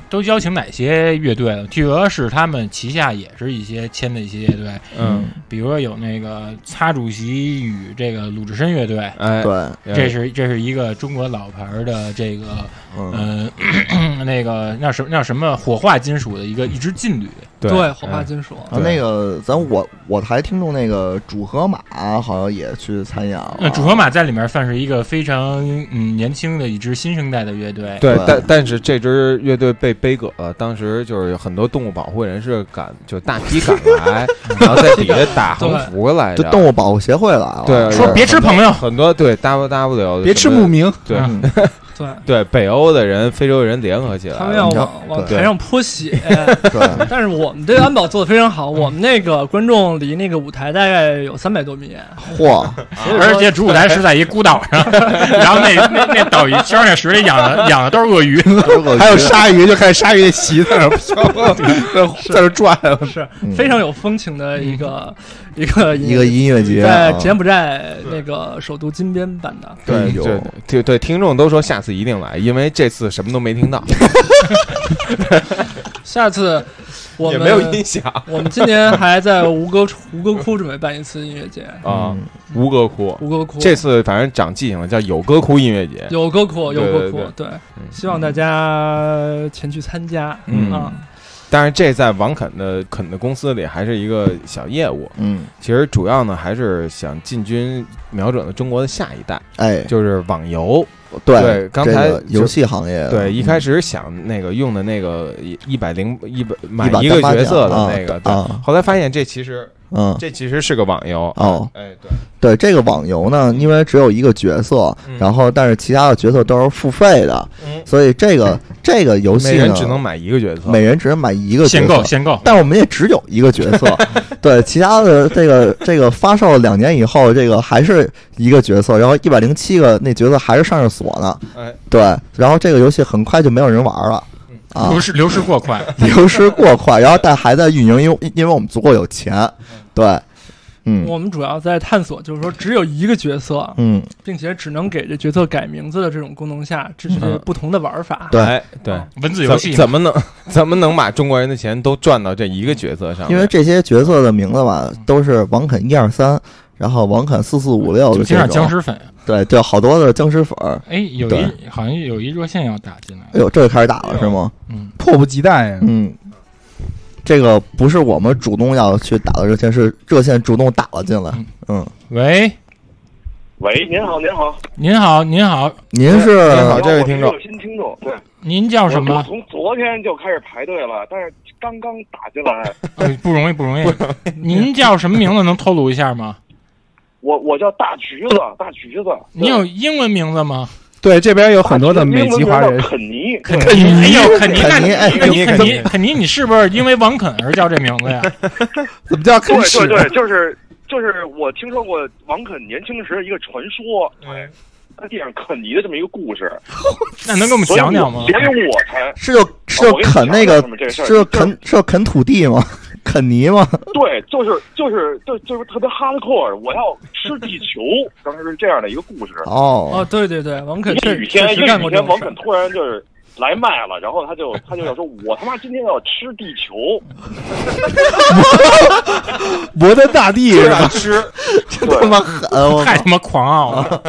都邀请哪些乐队了？据说是他们旗下也是一些签的一些乐队，
嗯，
比如说有那个擦主席与这个鲁智深乐队，
哎，
对，
这是这是一个中国老牌儿的这个
嗯，
嗯， 那个那什那什么火化金属的一
嗯
个一支劲旅，
对
嗯
哎
火化金属，
啊，那个咱我我台听众那个主河马好像也去参演
哦
了，
那主河马在里面算是一个非常嗯年轻的一支新生代的乐队。
对
对，
但但是这支乐队被背葛了，当时就是有很多动物保护人士赶，就大批赶来，然后在底下打横幅来
就
着。
动物保护协会来了，啊
对
说别吃朋友，
很多对 W W
别吃慕名，
对
嗯
对，
对北欧的人、非洲人联合起来了，
他们要
你看
往往
对
台上泼血， 呃
对，
但是我们对安保做的非常好，我们那个观众离那个舞台大概有三百 多米，
嚯，
所以说
而且主舞台是在一孤岛 上，然后那那那岛屿圈儿那水里养的养的都是鳄鱼，
都是
还有鲨鱼，就看鲨鱼的鳍在那儿飘， 在那儿转。啊
是
嗯
非常有风情的一个一个
一个音乐节啊，
在柬埔寨那个首都金边办的。
哎
对
呦
对嗯对对，听众都说下次一定来，因为这次什么都没听到，
下次我
也
们
没有音响
我们今年还在吴哥吴哥窟准备办一次音乐节，
啊
嗯。
吴哥窟，
吴哥窟
这次反正长记性了，叫有歌窟音乐节。
有歌窟有歌
对
窟，对，
嗯
希望大家前去参加
嗯
啊。
但是这在王肯的肯的公司里还是一个小业务，
嗯，
其实主要呢还是想进军瞄准了中国的下一代，
哎，
就是网游。对刚
这
才
个
就
游戏行业，嗯
对，一开
始
始想那个用的那个一一百零一百买一个角色的那个，对
啊，
后来发现这其实
嗯，
这其实是个网游。
哦，
哎，对，
对这个网游呢，因为只有一个角色，
嗯
然后但是其他的角色都是付费的，
嗯
所以这个这个游戏
每人
呢，
只能买一个角色，
哎
哎
每人只能买一个角色
限购，限购，
但我们也只有一个角 色，对，其他的这个这个发售两年以后，这个还是一个角色，然后一百零七个那角色还是上着锁呢，
哎，
对，然后这个游戏很快就没有人玩了。啊
流，失流失过快。
流失过快，然后但还在运营，因为因为我们足够有钱，对，嗯
我们主要在探索，就是说只有一个角色，
嗯，
并且只能给这角色改名字的这种功能下，这是
嗯
不同的玩法。
对
哎，对，
文字游戏
怎怎么能 怎么能把中国人的钱都赚到这一个角色上面？
因为这些角色的名字吧都是王肯一二三，然后王肯四四五六的
就
这
经常僵
种，
尸粉。
对对，好多的僵尸粉儿。
哎，有一
对
好像有一热线要打进来
哎，呦，这就开始打了是吗？
嗯，
迫不及待啊呀。
嗯，这个不是我们主动要去打的热线，是热线主动打了进来。嗯，
喂，
喂，您好，您好，
您好，您好，
您是
您好
我
这位
是
听众
一个新听众，对，
您叫什
我我
么？
从昨天就开始排队了，但是刚刚打进来，
哎不容易，不容易。您叫什么名字？能透露一下吗？
我我叫大橘子，大橘子，对
你有英文名字吗？
对，这边有很多的美籍华
英文名
人
叫，肯尼，
肯尼，哎呦，肯尼，那
肯尼哎
肯尼，
肯
肯
尼
尼，肯尼，你是不是因为王肯而叫这名字呀？
怎么叫
对
开始
对？对，就是就是我听说过王肯年轻时的一个传说，他电影肯尼的这么一个故事，
那能给我们
所以
讲讲 吗
我？所以我才
是就是就啃那
我
个
跟你讲讲这个事儿
是就啃是就啃土地吗？ 啃泥吗？
对，就是就是就就是特别哈的 core，我要吃地球， 当时是这样的一个故事。
哦
哦，，对对对，王肯
一
确
雨
确
天，
实干
一
过
雨
这种
天，王
事
肯
儿。
突然就是来卖了，然后 他就他就要说：“我他妈今天要吃地球。
摩登大地是啊吧？
吃，
这么狠！我靠
太他妈狂傲了！”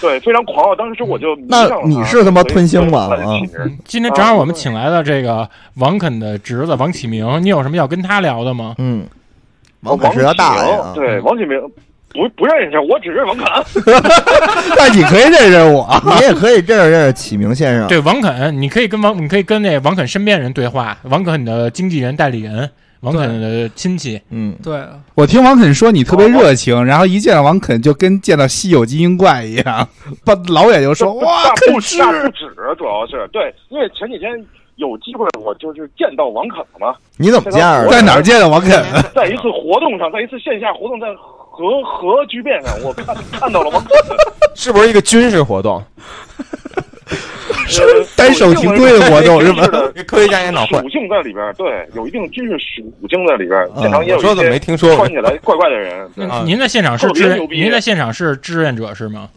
对，非常狂傲。当时我就迷
那
上了
你是他妈
所以
吞星吧啊嗯
所以其实
今天正好我们请来了这个王肯的侄子王启明，你有什么要跟他聊的吗？
嗯，王
王
肯是他大爷
启
啊
明，对，王启明不不认识，我只认识王肯。
但你可以认识我。
你也可以认识认识启明
啊
先生。
对，王肯，你可以跟王，你可以跟那王肯身边人对话，王肯的经纪人、代理人，王肯的亲戚，
嗯，
对，
我听王肯说你特别热情，然后一见到王肯就跟见到稀有基因怪一样，把老远就 说哇
大
肯
不
吃。
大不止，主要是对，因为前几天有机会我就是见到王肯 了嘛，
你怎么这样啊？
在哪儿见到王肯？
在一次活动上，在一次线下活动，在核核聚变上，我看看到 了王肯。
是不是一个军事活动？
是
单手停队的活动是吧？
科学家研 讨会，
属性在里边儿，对，有一定军事属性在里边儿。
啊
现场也有
我
一
说怎么没
些
听说过
穿？起来怪怪的 人。对
啊
您在现场是
特别
志
牛
愿，
逼
您在现场是志愿者是吗？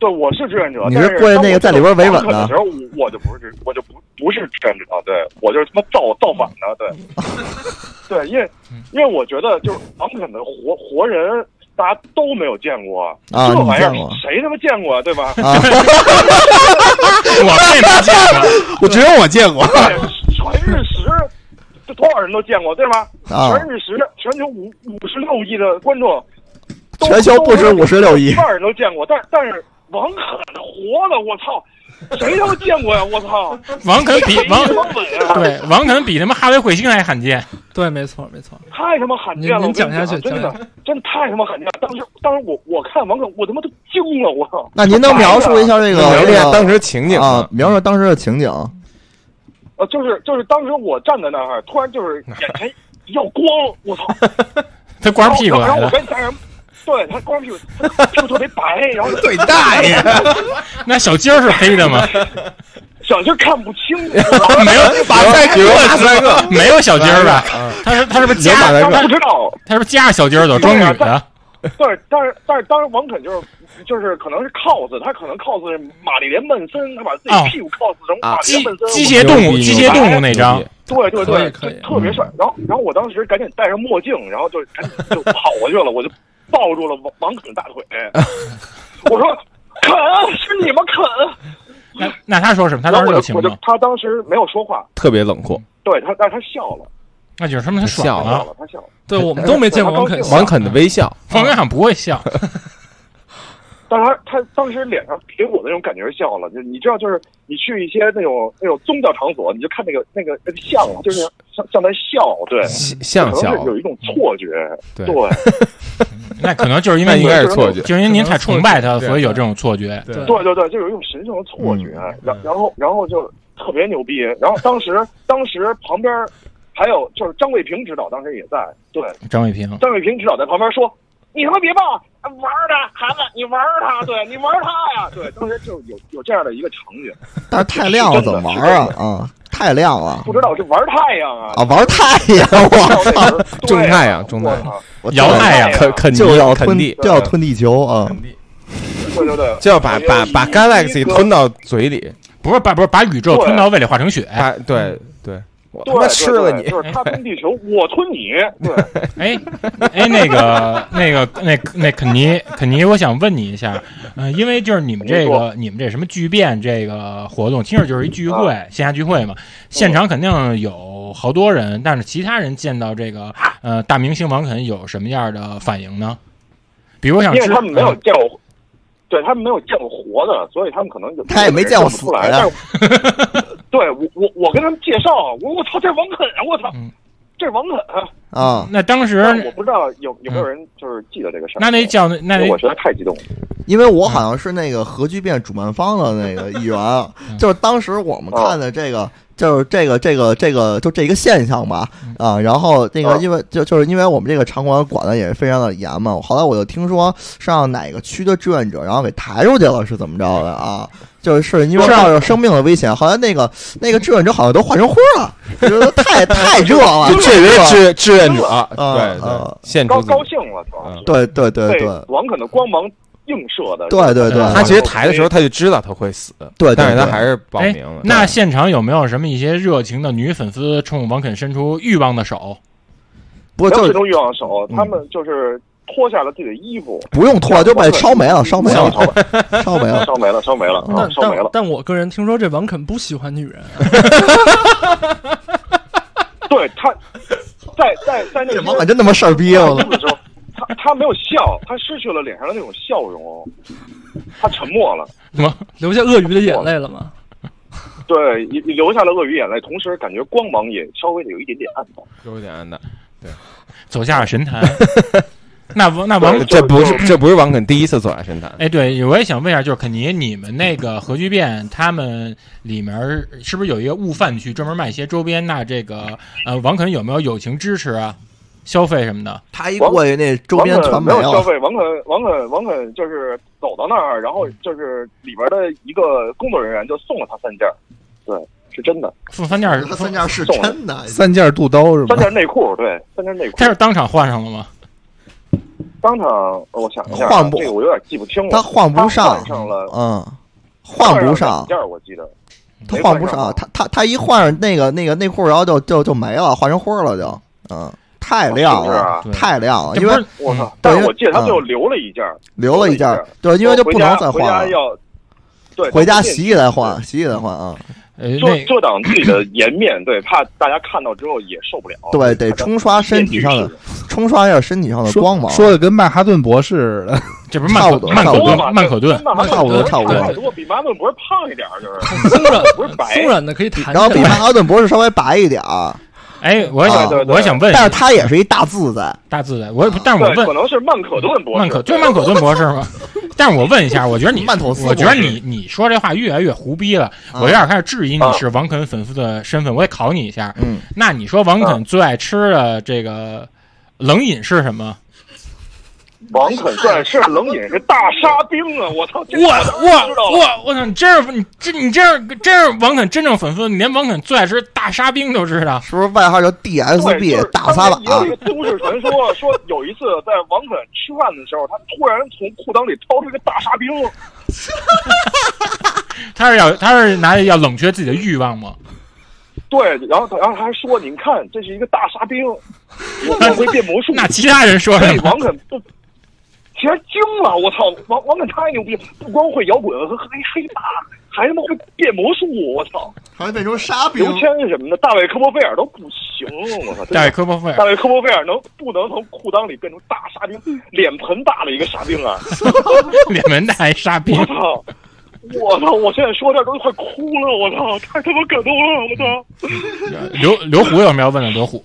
对，我是志愿者。
你
但
是
是
过去
当
那个
我
在里边维稳
当
的
时候，我我就不是志，我就不不是志愿者，对我就是他妈造造反的， 对，对，因为因为我觉得就是王肯的活活人。大家都没有见过
啊
这玩意儿
你见过，
谁他妈见过啊？对吧？
啊，
我这没见过，
我只有我见过。
对，全日食，这多少人都见过，对吧？
啊
全日食，全球五五十六亿的观众，都
全球不止五十六亿
一，半人都见过，但但是王肯活的，我操，谁他妈见过呀？我操，
王肯比王
王伟啊，
对王肯比他妈哈维彗星还罕见。
对，没错没错。
太他妈罕见了！
您您
我跟你
讲下去
真
讲
的，真的太他妈罕见了。当时当时我我看王肯，我他妈都惊了，我操！
那您能描述一下这个
描述一下
这
当时情景
个啊
吗？，
描述当时的情景？
呃，就是就是当时我站在那儿，突然就是眼前一道光，我操！
他光着屁股
然后
来
然后我
的，
跟家人，对他光着屁股，他屁股特别白，然后
对大爷，
那小鸡儿是黑的吗？
小鸡儿看不清楚，
没有，
马赛克，马赛克，
没有小鸡儿吧
嗯？
他是他是不是
有
加
马赛克
他
他
不知道。
他是不是加着小鸡儿走装女的？
但是但是但是当时王肯就是就是可能是 cos，他可能 cos 是玛丽莲梦森，他把自己屁股 cos 成玛丽
啊机
莲梦森。
机械动物
牛逼
机械动物那张
牛逼，
对对
可以
对，
可以
就特别
嗯
帅。然后然后我当时赶紧戴上墨镜，然后就赶紧就跑过去了，我就抱住了王王肯大腿，我说肯是你吗肯？
那那他说什么？他
嗯然
当
后
时
我
有
就
情
我就
吗？
他当时没有说话，
特别冷酷。
对他但是他笑了，
那就是说明他啊
笑
爽
他笑
了。
了，他笑了。
对我们都没见过王肯
对
嗯
笑，
王肯的微笑，
冯远航不会 笑，
但是他他当时脸上给我的那种感觉是笑了，就你知道，就是你去一些那种那种宗教场所，你就看那个那个那个像啊，就是像像在笑，对，
嗯
像
可
笑嗯
能是，有一种错觉，
对
对，
那可能就是因
那
为
应该
你，
是错觉。
就是因为您太崇拜他，
对
所以有这种错觉。
对
对对对，就有一种神圣的错觉，
嗯
然、然后然后就特别牛逼，然后当时当时旁边还有就是张卫平指导当时也在，对，
嗯
张卫平，
张卫平指导在旁边说：“你他妈别报，玩儿他孩子，你玩儿他，对你玩儿他呀，对。”当时就有有这样的一个场景，
但是太亮了怎么玩啊？啊，太亮了
不知道是玩太阳
哦
啊！
啊，
玩太阳， 我
不知道那时候
种
对啊
太阳种太阳
我操
我
摇太阳
对
肯
啊
肯
就要
肯
吞
定
就要吞地球啊！
对对啊对，
就要把把把 Galaxy 吞
到，
到嘴里，
不是把不是把宇宙
对
吞到胃里化成血。
把对对，我他
对
妈
对，
吃了
对
你，
就是他吞地球，我吞 你，对，
哎哎，那个那个那那肯尼肯尼，我想问你一下，嗯、因为就是你们这
您
个你们这什么巨变这个活动，听着就是一聚会，
啊
线下聚会嘛，现场肯定有好多人，但是其他人见到这个呃大明星王肯有什么样的反应呢？比如我想
因为
知
他们没有
嗯
见过，对他们没有见过活的，所以他们可能就
他也没见过死
出来。
的
但是， 对我我我跟他们介绍，我我操，这王肯啊，我操
嗯，
这王肯啊，
啊，
那当时
但我不知道有有没有
嗯
人就是记得这个事儿。
那那叫那哎
因为
那
我实在太激动了，
因为我好像是那个核聚变主办方的那个一员，就是当时我们看的这个，就是这个这个这个就这一个现象吧，啊，然后那个
嗯
因为就就是因为我们这个场馆管的也非常的严嘛，后来我就听说是让哪个区的志愿者，然后给抬出去了，是怎么着的啊？就是因为
是啊
冒着生命的危险，好像那个那个志愿者好像都化成灰了，觉得太太热了，
就这位志志愿者，对对
啊，
献
高
出自
高
己。
兴了，主要是
对对对
被
对
王肯的光芒映射的。
对对对，
嗯
他其实抬的时候他就知道他会死，
对对
但是他
对
还是报
哎
名了。
那现场有没有什么一些热情的女粉丝冲王肯伸出欲望的手？
不是
没
就嗯
有这
是
种欲望手，他们就是脱下了自己的衣服，
不用脱，就被烧没了，烧没了，
烧
烧
没
没
了，
了。
烧没了，烧没了，
但
嗯烧没
但
了。
但我个人听说这王肯不喜欢女人，
对他，在在在那
这
个
王管真他妈事儿逼
他
我
哭
操！
的时候，他他没有笑，他失去了脸上的那种笑容，他沉默了，
什么？
流下鳄鱼的眼泪了吗？
哦对，也也流下了鳄鱼眼泪，同时感觉光芒也稍微的有一点点暗淡。
有点的，
走下了神坛。 那王那王
对
这不是这不是王肯第一次走下神坛，
哎，对，我也想问一下，就是肯尼，你们那个核聚变，他们里面儿是不是有一个悟饭区，专门卖一些周边？那这个呃，王肯有没有友情支持啊？消费什么的？
他一过去那周
王
边啊
肯
全
没有消
了，
费，王肯王肯王肯就是走到那儿，然后就是里边的一个工作人员就送了他三件儿，对，是真的，
送三件儿，
他三件是
送了
真的。
三件肚兜是吧
三？件内裤，对，三件内裤
他。是当场换上了吗？
当场我想一下啊，
换不
这个我有点记不清了，
他换不上
他换上了，
嗯，换不上
两，件儿我记得，
他
没
换不
上啊
上，他他他一换上那个那个内裤，然后就就就没了，换成灰儿了就，嗯，太亮
是不是
了
啊，
对
太亮了，
这
哦因
不
为
是
我
嗯
操！但
对
是我记得他
嗯
最后留了一件儿，
留了一件儿，对，因为就不能再
回
换
家
了，
要对
回家洗洗再换，洗洗再换啊，
呃，
遮
那
遮挡自己的颜面，对，怕大家看到之后也受不了。
对，得冲刷身体上的，冲刷一下身体上的
说
光芒，
说的跟曼哈顿博士似 的，
这不是曼
差不
可
多
曼
差
可
不多
顿曼可顿，
差不多差不多
差不多比马顿博士胖一点儿，就是
松软
不是白
松软的可以弹
然后
起
比曼
来，
哈顿博士稍微白一点儿，
哎，我也
啊对
想我也想问一
但是
下，
他也是一大自在，
大自在，我也不，但是我
啊对，
问
可能是曼可顿博士，
曼可就是曼可顿博士 吗？但是我问一下，我觉得你，
曼妥思
我觉得
博士
你你说这话越来越胡逼了，
啊
我有点开始质疑你是王肯粉丝的身份，我也考你一下。
嗯，
那你说王
啊
肯最爱吃的这个冷饮是什么？
王肯算是冷饮是大沙冰啊！我操，这
我
知道
我
了
我我操！你真是你这你这是真是王肯真正粉丝，你连王肯最爱吃大沙冰都知道。
是不是外号叫
对就是
DSB 大
当
撒
年也有一
把？
个都市传说，说有一次在王肯吃饭的时候，他突然从裤裆里掏出一个大沙冰，
他是要他是拿着要冷却自己的欲望 吗？
对，然后他然后他还说：“你看，这是一个大沙冰，我会变魔术。”
那其他人说
所
什
以
么？
王肯不，其实惊了，我操，王王肯太牛逼，了，不光会摇滚和黑黑怕，还他妈会变魔术，我操，
还变成沙
刘 谦什么的，大卫科波菲尔都不行，我操，真
大卫
的
科波菲
大
尔，
卫科波菲尔能不能从裤裆里变成大沙冰，脸盆大的一个沙冰啊？
脸门带沙冰
我，操！我操！我现在说这都快哭了，我操！太他妈感动了，我操！
刘刘虎有什么要问的？刘虎，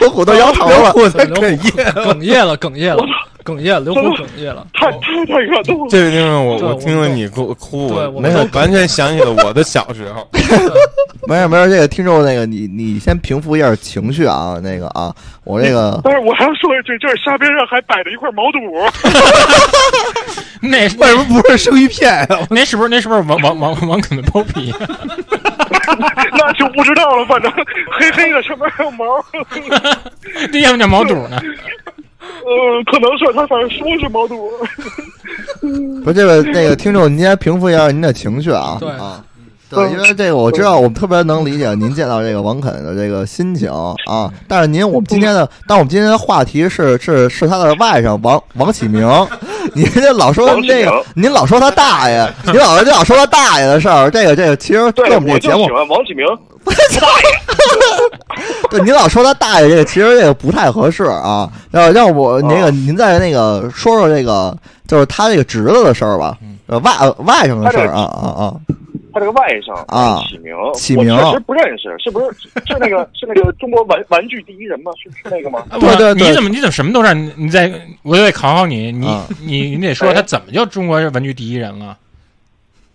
刘虎都摇头啊了，
我在哽咽，哽咽了，哽咽了，哿咽了，刘虎哽咽了。
哦
太太太感动了。
这位听众，我
对
我
我
听了你哭哭，
对
我
我
没有完全想起了我的小时候。
没事没事，这个听众那个你你先平复一下情绪啊，那个啊，我这 个
但是我还要说一句，就是沙边上还摆着一块毛肚，
那
为什 么不是生鱼片呀？
那是不是那是不是王王王王肯的包 皮？
那就不知道了。反正黑黑的，上面还有毛。
那要不叫毛肚呢？
呃，可能是他，反正说是毛肚。
不是这个那个听众，您先平复一下您的情绪啊，
对
啊。对，因为这个我知道，我们特别能理解您见到这个王肯的这个心情啊。但是您，我们今天的，但我们今天的话题是是是他的外甥王王启 明，您这老说
王启
那
明
个，您老说他大爷，您老您老说他大爷的事儿，这个这个其实
对，
跟我们这
我
个
就
节目
喜，欢王启明。
对，您老说他大爷这个，其实这个不太合适啊。要要不那个，您再那个说说这个，就是他这个侄子的事儿吧，呃外外甥的事儿啊啊啊。
他这个外甥
啊
启明，
启明
我确实不认识，是不是？是那个是那个中国玩玩具第一人吗？是是那个吗？
啊
对
我
对对
你怎么你怎么什么都让你在？我得考考你，你
啊
你你得说
哎
他怎么就中国文具第一人了？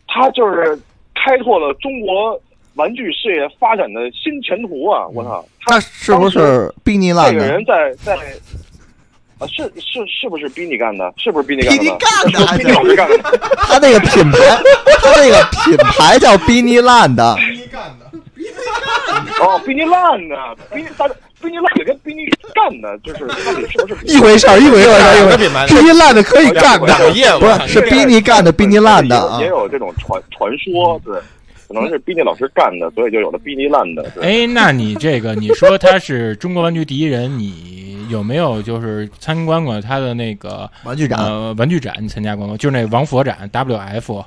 他就是开拓了中国玩具事业发展的新前途啊！我操，
他
他
是不是比你烂
这个
的？
人在在啊，是是是不是逼你干的？是不是逼你干的？
逼你干的还
逼你 老师干的。
他那个品牌，他那个品牌叫比你烂的。
哦，逼你烂的，逼你他逼你烂的跟逼你干的，就是到底是不是逼
一回事儿，一回事儿，
两
一回
个
事
品牌
儿，是一烂的可以干的。
两个业务
不是，是比你干的，比你烂的啊
也！有这种传传说，对，可能是逼你老师干的，所以就有了逼你烂的。对，
哎，那你这个你说他是中国玩具第一人，你有没有就是参观过他的那个
玩具展，
呃玩具展？你参加过吗？就是那王佛展 WF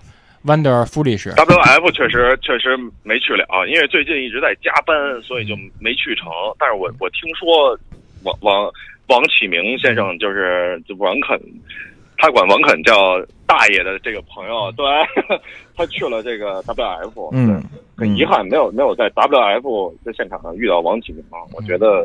Wonder Foolish。
WF 确实确实没去了，因为最近一直在加班，
嗯
所以就没去成。但是我我听说王王王启明先
嗯
生就是就王肯，他管王肯叫大爷的这个朋友，对， 他去了这个 WF，
嗯，
对，很遗憾没有没有在 WF 的现场上遇到王启明，啊我觉得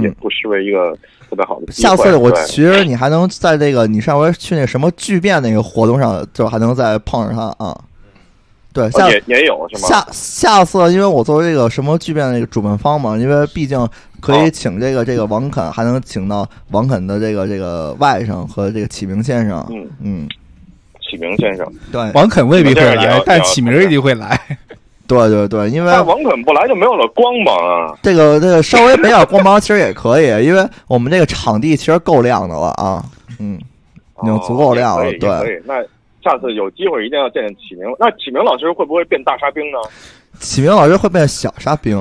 也
嗯。
不失为一个特别好的机
下
会。
次我
对
其实你还能在这个你上回去那什么巨变那个活动上，就还能再碰上他啊。对，下
哦也也有是吗？
下下次，因为我作为这个什么巨变的这个主办方嘛，因为毕竟可
哦
以请这个这个王肯，还能请到王肯的这个这个外甥和这个启明先生。
嗯，
嗯，
启明先生，
对
王肯未必会
我这儿也
来
要，
但启明儿一定会来。
对对对，因为
但王肯不来就没有了光芒啊！
这个这个稍微没点光芒其实也可以， 因为我们这个场地其实够亮的了啊，嗯，已经足够亮了
哦也可以
对
也可以。那下次有机会一定要见见启明。那启明老师会不会变大沙冰呢？
启明老师会变小沙兵，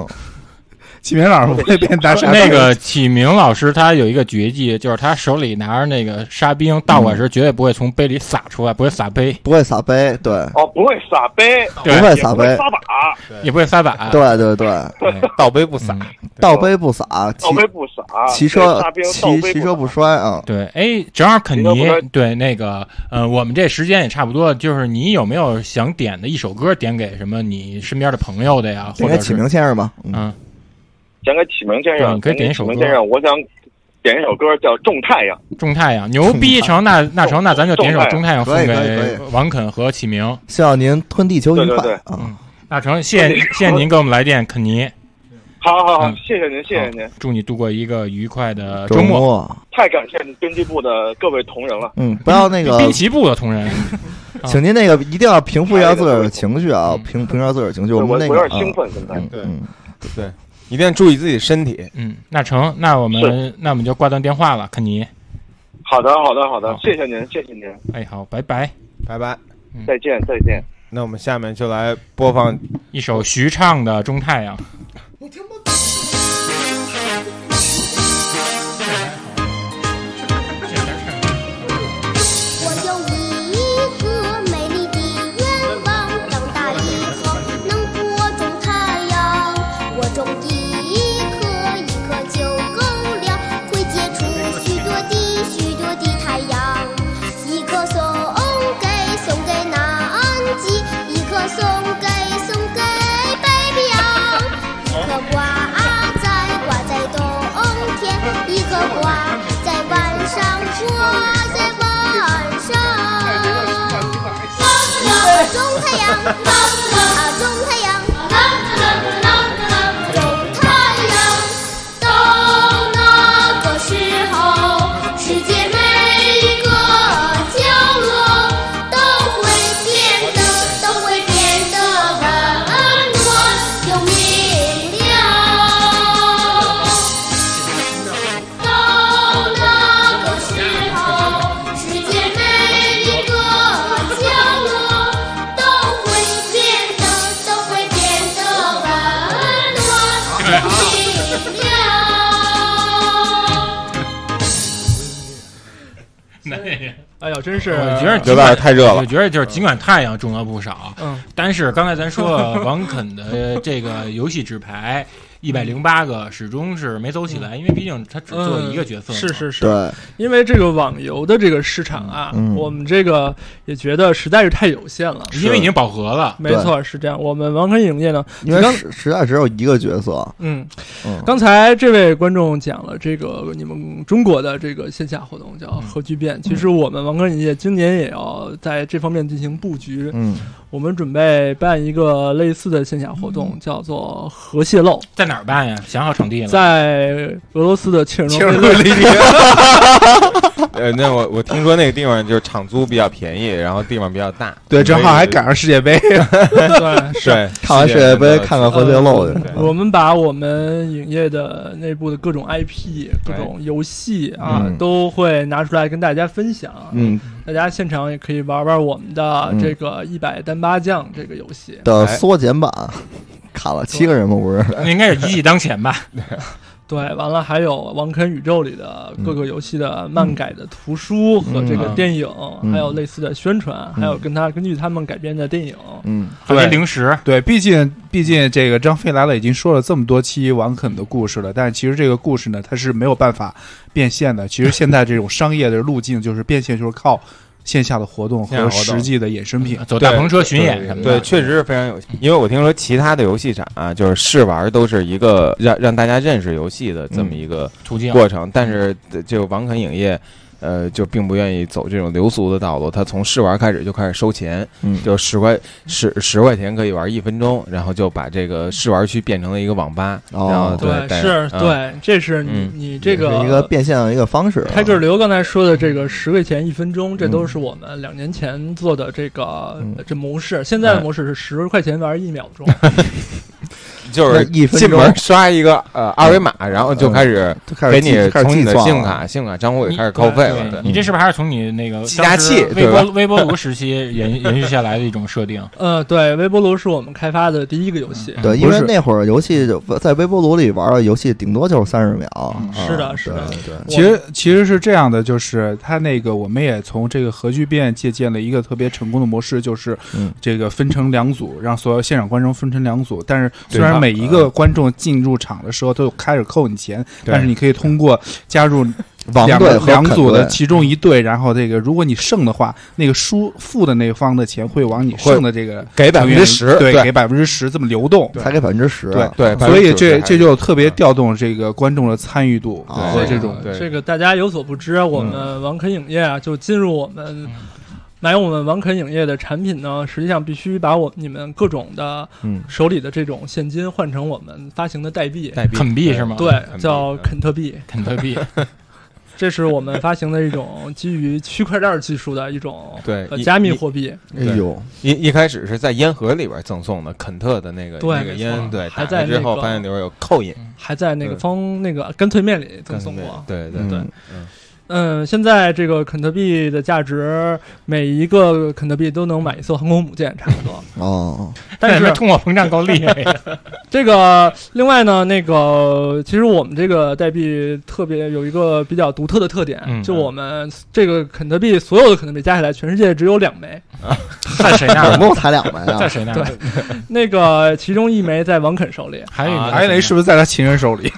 启明老师会变大傻
那个启明老师他有一个绝技，就是他手里拿着那个沙冰倒过来时，绝对不会从杯里洒出来，不会洒杯，
不会撒杯，对，
哦，不会撒杯，
不会撒
也
杯，
撒把，
也不会洒把。
对对对，
对
倒杯不洒，
倒杯不撒，骑
倒杯不撒，
骑车
对沙冰倒
骑
杯
骑车不
撒
摔啊，
对，哎，正好肯
你
尼
能不能
对那个，呃，我们这时间也差不多，就是你有没有想点的一首歌，点给什么你身边的朋友的呀，
应
或
该
者
启
是
明先生吧，嗯，
嗯，
想给启明先
对
生，
你可以点一首
启明
歌
先生，我想点一首歌叫《种太阳》。
种太阳牛逼成，那那成，那咱就点一首种太阳
可
送
以可以可
给
以
王肯和启明。
希望您吞地球愉
对对
快
对
啊，
那成，谢谢谢谢您给我们来电，肯尼，
好好好，
嗯
谢谢您，谢谢您，
祝你度过一个愉快的
周
呃周末。
末，
太感谢编辑部的各位同仁了。
嗯，不要那个，
滨崎步的同仁，啊
请您那个一定要平复一下自个儿的情绪啊
嗯，
平平复一下自个儿的情绪，
我
们那
我
个
有
啊
点兴奋，现在。
嗯
对
嗯，
一定要注意自己身体。
嗯，那成，那我们那我们就挂断电话了，肯尼，
好的，好的，好的
好，
谢谢您，谢谢您，
哎，好，拜拜。
拜拜。
再见，再见。
那我们下面就来播放
一首徐畅的《中太阳》。
我有一个美丽的愿望，长大以后能播种太阳。我种一颗，一颗就够了，会结出许多的许多的太阳。一颗送给阳，啊种太阳，种太阳。到那个时候，世界每一个角落都会变得，都会变得温暖又明亮。到那个时候，世界每一个角落都会变得，都会变得温暖明亮。
那也
哎呦，真是，
我觉得
有点太热了
我觉得就是尽管太阳中了不少，
嗯，
但是刚才咱说了王肯的这个游戏纸 牌一百零八个始终是没走起来，因为毕竟他只做
嗯
一个角色嘛，
是是是，
对，
因为这个网游的这个市场啊，
嗯
我们这个也觉得实在是太有限了。
因为已经饱和了。
没错，是这样。我们王科影业呢，
因为
刚
实实在只有一个角色，
嗯，
嗯，
刚才这位观众讲了这个你们中国的这个线下活动叫核聚
嗯
变，其实我们王科影业今年也要在这方面进行布局。
嗯，
我们准备办一个类似的线下活
嗯
动，叫做核泄漏，
在哪儿办呀？想好场地了？
在俄罗斯的嗯切尔诺贝
对
利。
理解。呃，那我我听说那个地方就是场租比较便宜，然后地方比较大。
对，正好还赶上世界杯，
对，
对，
看完世界杯，看看核泄漏去。
对
我们把我们影业的内部的各种 IP、各种游戏啊，
嗯
都会拿出来跟大家分享。
嗯，
大家现场也可以玩玩我们的
嗯
这个一百单八将这个游戏。
的缩减版，砍了七个人吗？不是，
那应该是一骑当前 吧？
对，完了还有《王肯宇宙》里的各个游戏的漫改的图书和这个电影，
嗯
还有类似的宣传，还有跟他根据他们改编的电影。
嗯，
还有
对
零食，
对，毕竟毕竟这个张飞来了已经说了这么多期王肯的故事了，但是其实这个故事呢，它是没有办法变现的。其实现在这种商业的路径就是变现，就是靠线下的活动
线下
和
活动
实际的衍生品。
走大篷车巡演什么
对，
的。
确实是非常有，因为我听说其他的游戏展啊，就是试玩都是一个让让大家认识游戏的
嗯
这么一个
途径
过程，但是呃这个王肯影业。呃，就并不愿意走这种流俗的道路，他从试玩开始就开始收钱，
嗯
就十块十十块钱可以玩一分钟，然后就把这个试玩区变成了一个网吧，
哦
然后
对，
对
是，
嗯
对，这是你
嗯
你这
也
个
是一个变嗯现的一个方式。啊
开卷流刚才说的这个十块钱一分钟，这都是我们两年前做的这个、
嗯
这模式。现在的模式是十块钱玩一秒 钟，
就是
那一分
进
钟嗯
门刷一个呃二维码，然后就开始
就开始
给
计
你
开始
从你
计
的
算
信用
了
卡、信用卡账户里开始扣费了。对
你这是不是还是从你那个
计价器
当时微
对吧
波微波炉时期延延续下来的一种设定？
呃，对，微波炉是我们开发的第一个游戏。
嗯对，因
不
为
是
那会儿游戏就在微波炉里玩的游戏，顶多就是三十秒。
是的
嗯
是的
对对，
我
其实其实是这样的，就是它那个我们也从这个核聚变借鉴了一个特别成功的模式，就是
嗯
这个分成两组，让所有现场观众分成两组。但是虽
对
然每一个观众进入场的时候都有开始扣你钱，
对
但是你可以通过加入
王
两
队
个
和
两
肯
组的
队
其中一队，然后这个如果你胜的话，那个输负的那方的钱会往你
会
胜的这个
给百分
成员
之十，
对，给百分之十这么流动。
才给百分之十。哎
对
对，
所以这
90%
这就特别调动这个观众的参与度
对
啊
和这种
对
呃这个大家有所不知，啊我们王肯影业啊，就进入我们买我们王肯影业的产品呢，实际上必须把我你们各种的
嗯
手里的这种现金换成我们发行的代币，
代币
肯币是吗？
对，叫
肯
肯特币，
肯特币。
这是我们发行的一种基于区块链儿技术的一种
对
呃
一
加密
一
货币。
哎呦，
一一开始是在烟盒里边赠送的肯特的那个
对
那个
没
烟，
错
对，
还
打
在
开之
那
后
个
发现里边有扣印，
还在那个
对
方那个干脆面里赠送过。
对对对
嗯，
嗯，现在这个肯特币的价值，每一个肯特币都能买一艘航空母舰，差 不多。
哦，
但
是
是
通货膨胀够厉害呀，
这个另外呢，那个其实我们这个代币特别有一个比较独特的特点，
嗯
就我们这个肯特币所有的肯特币加起来，全世界只有 两枚。
在谁那
总
儿？
共才两枚
在
啊！
谁那儿？
那个其中一枚在王肯手里，
还有
啊
艾雷是不是在他情人手里？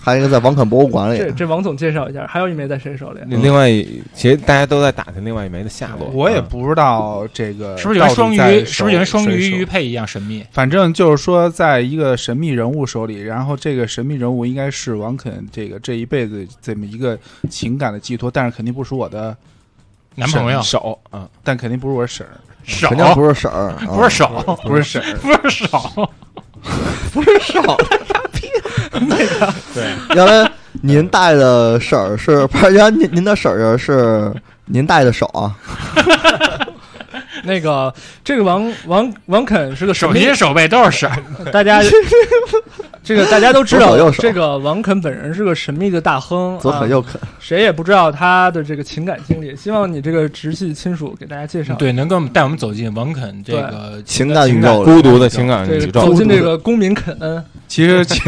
还有一个在王肯博物馆
这
里，
这王总介绍一下，还有一枚在谁手里？
另外一，其实大家都在打听另外一枚的下落。嗯
我也不知道这个
嗯是不是就跟双
到底
鱼
在
是不是就跟双
谁
鱼
手
鱼配一样神秘？
反正就是说，在一个神秘人物手里，然后这个神秘人物应该是王肯这个这一辈子这么一个情感的寄托，但是肯定不是我的嗯
男朋友
手啊，
但肯定不是我 婶儿，
手
肯定不是婶儿，啊
不是手
不是婶儿，
不是手，
对，
原来您带的婶儿是， 不是？原来您您的婶儿是您带的手啊？
那个这个王王王肯是个什
手
么
心手背都是事儿。
大家这个大家都知
左
道
手右，手
这个王肯本人是个神秘的大亨，
左啃
啊
右啃，
谁也不知道他的这个情感经历。希望你这个直系亲属给大家介绍，
对，能给我们带我们走进王肯这个
情感宇
情
宙
感
里。
孤独的情感
这
宇
个
宙
走，进这个公民肯恩，
其实其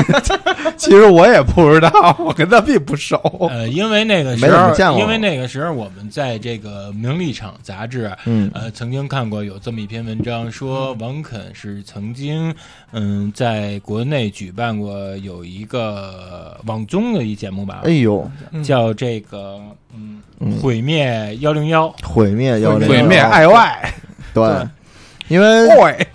其实我也不知道，我跟他并不熟。
呃，因为那个
没怎
时
么
候，
见过
因为那个时候我们在这个《名利场》杂志，
嗯，
呃，曾经看过有这么一篇文章，说王肯是曾经，嗯，在国内举办过有一个网综的一节目吧
哎，呦，
叫这个嗯
嗯
“毁灭幺零幺
毁灭幺零，
毁灭哎 IY，
对，因为
对，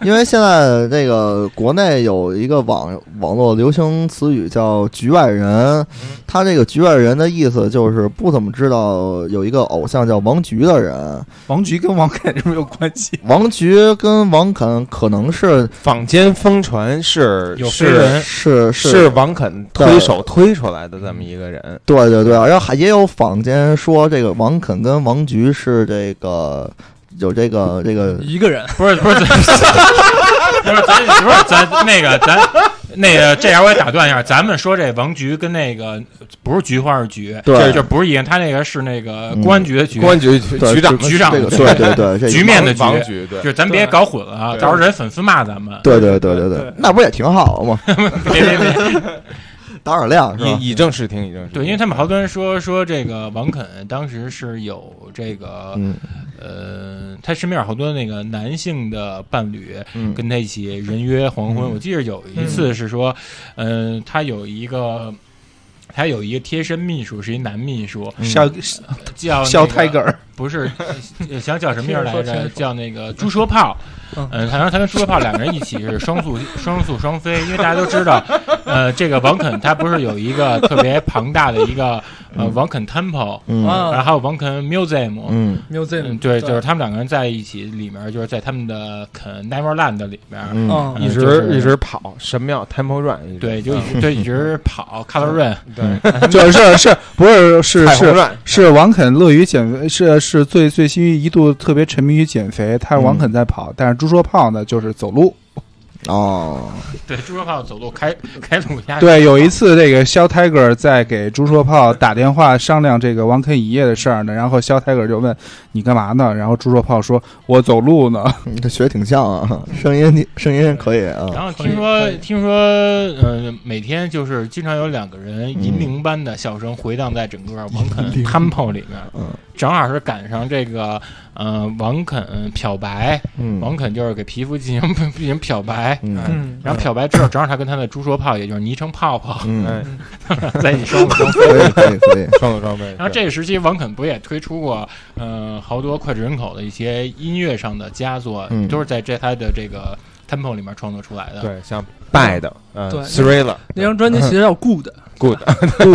因为现在这个国内有一个网网络流行词语叫“局外人”，他这个“局外人”的意思就是不怎么知道有一个偶像叫王菊的人。
王菊跟王凯有没有关系？
王菊跟王肯可能是
坊间疯传是
有绯
是
闻
是
是王肯推手推出来的这么一个人，
对对对，然后还也有坊间说这个王肯跟王菊是这个有这个这个
一个人”，
不是不是，咱不是咱不是咱那个咱那个这样我也打断一下，咱们说这王菊跟那个不是菊花是菊，
对
就就不是一个，他那个是那个公安局的局，
公安局
对
局
这
长
个
局长
这个对对对，这
局面的
王局对
就。是咱别搞混了啊，
对
到时候人粉丝骂咱们，
对对对对
对
对，那不也挺好吗？
别别别。
打点亮是吧？
以以正视听，以正视听。
对，因为他们好多人说说这个王肯当时是有这个、
嗯
呃，他身边有好多那个男性的伴侣
嗯
跟他一起人约黄昏。
嗯
我记得有一次是说，嗯、他有一个。他有一个贴身秘书，是一男秘书，
小
叫
小
嗯那个
Tiger，
不是，呃想叫什么名儿 来
听着
着？
说
叫那个朱说炮。
嗯
嗯，然后他跟朱说炮两个人一起是双宿双宿双飞，因为大家都知道，呃，这个王肯他不是有一个特别庞大的一个呃王肯 Temple，
嗯
然后
啊
还有王肯 Museum。
嗯
，museum，
嗯，对，就是他们两个人在一起，里面就是在他们的肯 Neverland 里面，
嗯
嗯
嗯
一
就
直
是
一直跑神庙 Temple Run，一直
对，就一直
嗯
对一直跑 Color Run，
对
就是是是不是是
彩虹
是
Run，
是王肯乐于减肥，是是最最新一度特别沉迷于减肥，他是王肯在跑，但是朱说炮呢就是走路。
哦，
对，朱说炮走路开开路压
对，有一次这个肖 Tiger 在给朱说炮打电话商量这个王肯一夜的事儿呢，然后肖 Tiger 就问你干嘛呢？然后朱说炮说我走路呢。
你嗯这学挺像啊， 声音你声音可以啊。
然后
可
听
以
说
可以
听说，呃，每天就是经常有两个人
嗯
银铃般的笑声回荡在整个王肯 temple 里面，
嗯
正好是赶上这个，呃，王肯漂白，
嗯
王肯就是给皮肤进行 进行漂白，
嗯
嗯，
然后漂白之后，正好他跟他的朱说炮，也就是昵称泡泡
嗯，
哎，
在一起生 活。
可以可以 可以，
双手双飞。
然后这个时期，王肯不也推出过，呃，好多脍炙人口的一些音乐上的佳作，
嗯
都是在这他的这个 temple 里面创作出来的。
对对像 Bad，嗯
对
，Thriller，
那张专辑其实叫 good，
Good，Good，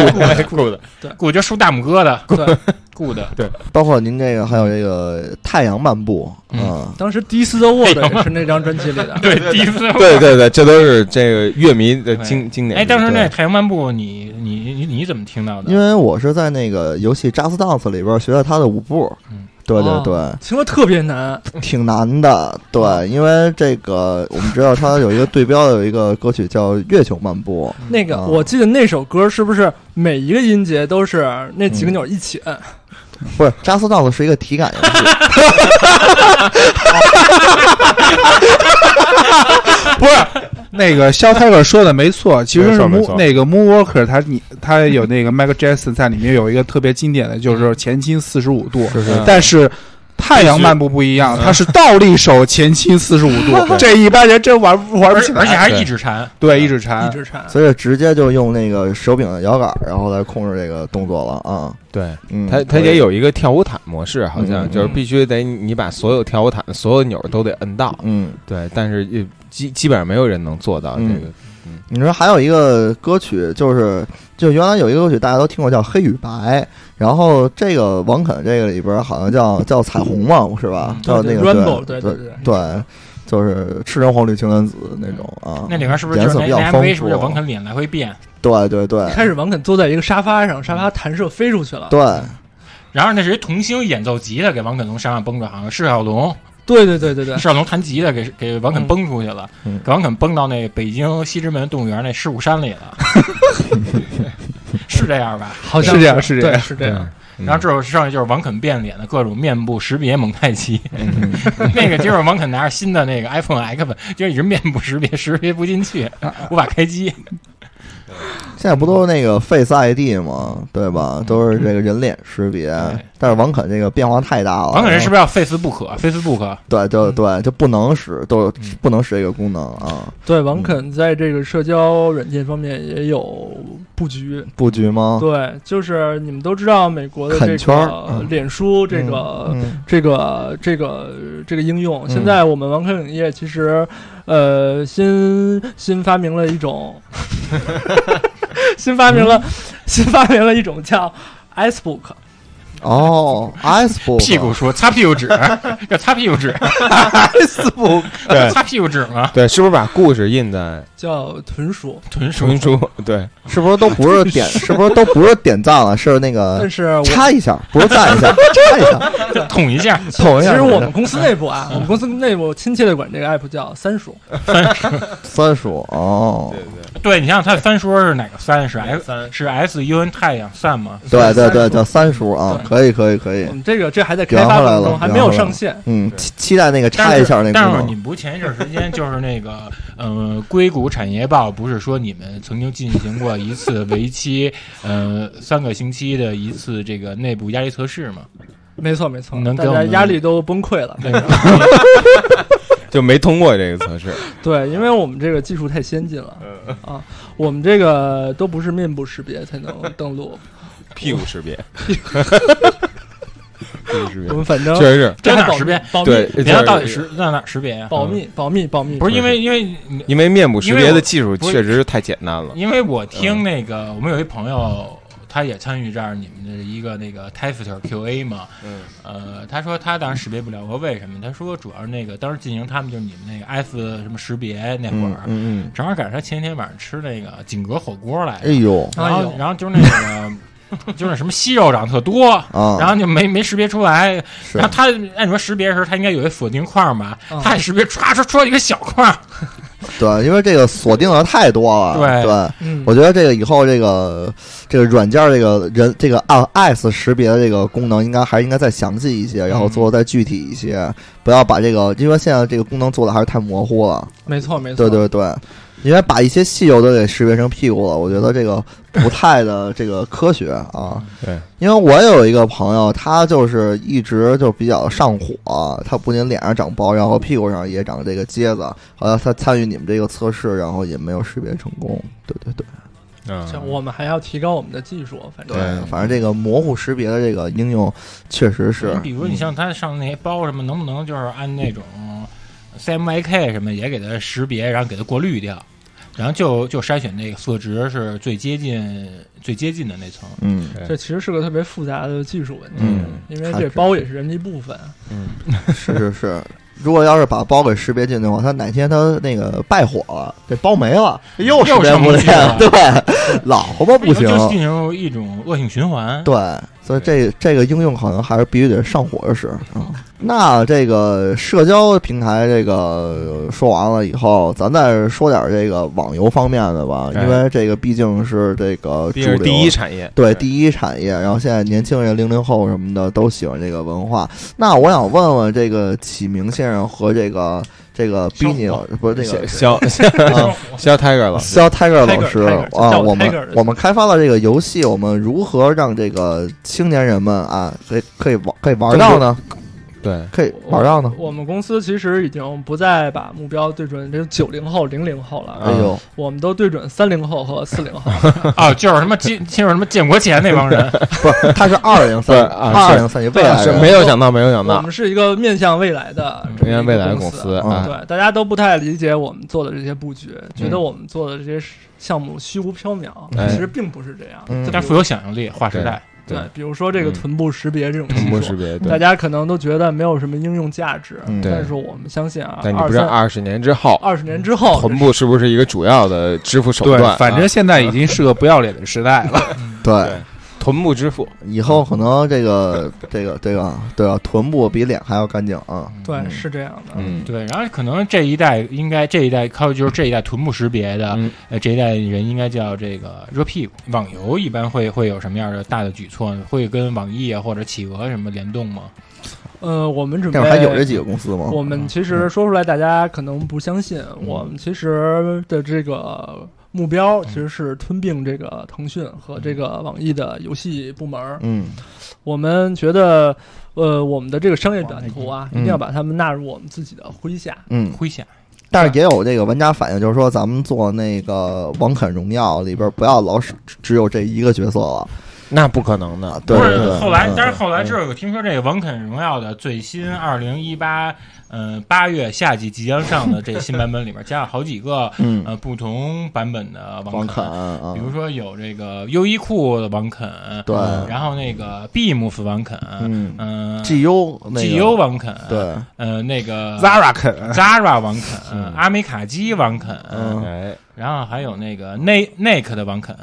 我觉得竖大拇哥的
对，
，good。
包括您这个还有这个太阳漫步
嗯
啊，
当时 This the World 也是那张专辑里的，
对，第一次。
对对对，这都是这个乐迷的
对
经经典。
哎，当时那《
对
太阳漫步》，你你你你怎么听到的？
因为我是在那个游戏《Just Dance》里边学的他的舞步
嗯，
对对
哦
对，
听说特别难，
挺难的，对，因为这个我们知道他有一个对标有一个歌曲叫《月球漫步》，
嗯
那个
啊
我记得那首歌是不是每一个音节都是那几个钮一起摁？
不是《Just Dance》是一个体感游戏，
不是，那个肖泰尔说的没错，其实
没
是
错没
Moon
错
那个 Moonwalker，他你他有那个 Michael Jackson 在里面有一个特别经典的，就是前倾四十五度，
是
嗯
是
但是。太阳漫步不一样，它是倒立手前倾四十五度，
对
这一般人真玩玩
而
不起来。
而且还是一指禅，
对一指禅
嗯
一，直缠。
所以直接就用那个手柄的摇杆，然后来控制这个动作了啊。
对。
嗯，
它它也有一个跳舞毯模式，好像
嗯
就是必须得你把所有跳舞毯所有钮儿都得摁到，
嗯，
对，但是也基基本上没有人能做到这
嗯
个，
你说还有一个歌曲，就是就原来有一个歌曲大家都听过叫《黑与白》，然然后这个王肯这个里边好像叫叫彩虹嘛，是吧？叫那
嗯对
个
Rainbow，
对
对对
对就是赤橙黄绿青蓝紫那种啊。
那里面是不是
颜
就是
色比
那
较
那
丰
MV 是不是就
富啊
王肯脸来回变？
对对对
一开始王肯坐在一个沙发上，沙发弹射飞出去了。
对，
然后那谁童星演奏吉他给王肯从山上崩出来，好像释小龙，
对对对对对
释小龙弹吉他给给王肯
嗯
崩出去了，
嗯
给王肯崩到那北京西直门动物园那狮虎山里 了，是这样吧？
好像
是这样是这
对
样
是这样。
嗯
然后之后剩下就是王肯变脸的各种面部识别蒙太奇， 那个就是王肯拿着新的那个 iPhone X，就一直面部识别识别不进去，无法开机。
现在不都是那个 Face ID 吗？对吧？都是这个人脸识别
对，
但是王肯这个变化太大了。
嗯王肯这是嗯不是要啊 Facebook？Facebook
对对对，就不能使，都
嗯
不能使这个功能啊。
对，王肯在这个社交软件方面也有布局。
布局吗？
对，就是你们都知道美国的
啃
这
嗯圈儿
个
嗯
脸书这个
嗯
这个这个这个应用。现在我们王肯影业其实，呃，新新发明了一种， 新发明了、新发明了一种叫 Icebook，
哦，Icebook
屁股说擦屁股纸， 要擦屁股纸，
Icebook
对
擦屁股纸吗？
对，是不是把故事印 在
叫豚鼠，
豚叔
纯书？对，
是不是都不是 点？是不是都不是点赞了？是那个
但是
呃
我。
插一下，不是赞一 下，插一下，
捅一下，
捅一
其
下。
实我们公司内部
嗯
啊，我们公司内部亲切的管这个 app 叫“三鼠
三叔哦，
对你想想，他三说是哪个三？是 S
三
是 S U N 太阳散吗？
对对对，叫三叔啊，可以可以可”，以
我，们这个这还在开发
圆
当
回来了
中，还没有
圆回来
上
了
线。
嗯，期期待那个
但
插
是
一下那个
但是
功
你
能。
们不前一阵儿时间就是那个，呃，硅谷产业报不是说你们曾经进行过一次为期呃三个星期的一次这个内部压力测试吗？
没错没错
能，给
大
我
家
们
压力都崩溃了。
那个
就没通过这个测试。
对，因为我们这个技术太先进了
嗯
啊，我们这个都不是面部识别才能 登录，
屁股识别，屁股识别
我，们反正
确实是
这
这
还
哪
保密
识别？
保密
对，
人
确
家
实
到底
是
识在哪儿识别呀？
保密保密保密，
嗯不是因为因为
因为面部识
因为
别
我
的技术
不是
确实是太简单了。
因为
嗯
我听那个，我们有一朋友，他也参与这儿你们的一个那个 Tester QA 嘛，
嗯，
呃，他说他当时识别不了，我说为什么？他说主要是那个当时进行他们就是你们那个 S 什么识别那会
嗯
儿，
嗯
正好赶上他前一天晚上吃那个锦阁火锅来
嗯，哎
着，
呦
然
哎
后
呦
然后就是那个。就是那什么息肉长特多，
啊，
然后就没没识别出来。
是
然后他按你说识别的时候，他应该有一锁定框吧？
嗯
他也识别唰唰唰一个小框，
对，因为这个锁定的太多了，
对
对。
嗯
我觉得这个以后这个这个软件儿这个人这个按 S 识别的这个功能，应该还是应该再详细一些，然后做的再具体一些，不要把这个，因为现在这个功能做的还是太模糊了。
没错没错，
对对对，应该把一些细节都给识别成屁股了，我觉得这个不太的这个科学啊。
对，
因为我有一个朋友，他就是一直就比较上火，他不仅脸上长包，然后屁股上也长这个疖子，好像他参与你们这个测试，然后也没有识别成功。对对对。
像
嗯，
我们还要提高我们的技术，反正
对，反正这个模糊识别的这个应用确实是嗯
你，比如你像他上那些包什么，能不能就是按那种 CMYK 什么也给它识别，然后给它过滤掉，然后就就筛选那个色值是最接近最接近的那层。
嗯，
这其实是个特别复杂的技术问题，
嗯
因为
还
这
是
包也是人的一部分。
是是是。如果要是把包给识别进去的话，它哪天它那个败火了，这包没了，又识别
上不去
见
了，
对，老他妈不行，
就进入一种恶性循环。
对，所以这这个应用可能还是必须得上火使啊。那这个社交平台这个呃说完了以后，咱再说点这个网游方面的吧，
哎
因为这个毕竟是这个
毕竟是
主流
第一产业，
对第一产业，然后现在年轻人零零后什么的都喜欢这个文化。那我想问问这个启明先生和这个这个
小
Bini 老不是那
肖
个
肖
啊
肖 Tiger 老师，
肖 Tiger 老
Tiger，
师
Tiger，就
啊，
叫
我
Tiger
们
就
我们开发了这个游戏，我们如何让这个青年人们啊，可以可以玩可以玩到呢？
对，
可以玩到呢？
嗯
我们公司其实已经不再把目标对准这九零后、零零后了，
哎
啊
呦，
我们都对准三零后和四 零后。
嗯
哦，就是什么建，就是什么建国前那 帮人，
不是， 他是二零三
对啊
二零三未来
是
人
没有想到，没有想
我
到
们，是一个面向未来的这
人
么
家嗯未
一个
来
公
公司
嗯
啊，
对，大家都不太理解我们做的这些布局，觉得我们做的这些项目虚无缥缈，
哎
其实并不是这样。
嗯
就比
但
如
富有想象力，划时代。
对
比如说这个
嗯
臀部识别这种技
不
术
识，别，
大
对。
家可能都觉得没有什么应用价值，
嗯
对
但是我们相信啊，
但你
二
不知道
三嗯
二十年之后，
二十年之后，
臀部是不是一个主要的支付手
对
段啊？，
反正现在已经是个不要脸的时代了。
对
对，臀部支付，
以后可能这个这个这个对啊，臀部比脸还要干净啊。
对
嗯
是这样的，
嗯，
对，然后可能这一代应该这一代靠就是这一代臀部识别的，
嗯
呃，这一代人应该叫这个热屁股。网游一般会会有什么样的大的举措呢？会跟网易啊或者企鹅什么联动吗？
呃，我们准备
那会儿还有这几个公司吗？
我们其实说出来，大家可能不相信，我们其实的这个目标其实是吞并这个腾讯和这个网易的游戏部门儿。
嗯，
我们觉得，呃，我们的这个商业版图啊，一
嗯
定要把他们纳入我们自己的麾下。
嗯，
麾下，
但是也有这个玩家反映，就是说咱们做那个《王肯荣耀》里边不要老是只有这一个角色了
那不可能的
啊。。对
不
对
是
对，
后来，
嗯
但是后来这个听说这个《王肯荣耀》的最新二零一八，呃，八月夏季即将上的这新版本里面加了好几个
嗯，
呃不同版本的
王
王
肯
肯，
啊
比，如说有这个优衣库的王肯，
对
然后那个 Beams 王肯，
嗯
嗯、
，G U 那个
G U 王肯，，
对，
呃，那个
Zara 肯
Zara 王肯，阿美卡基王肯，
嗯
哎，
然后还有那个 Nike Nike 的王肯，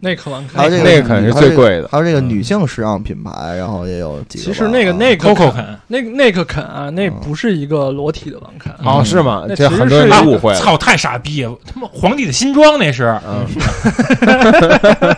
那可能
还有这
那个肯定是最贵的
还有这个女性时尚品牌，然后也有几个吧。
其实那个那个
Coco
肯
肯，
那个那个肯啊，那不是一个裸体的王肯，
哦，是吗
那？
这
其实
很多人
是
都误会了。
啊操，太傻逼了！他妈皇帝的新装那是，
嗯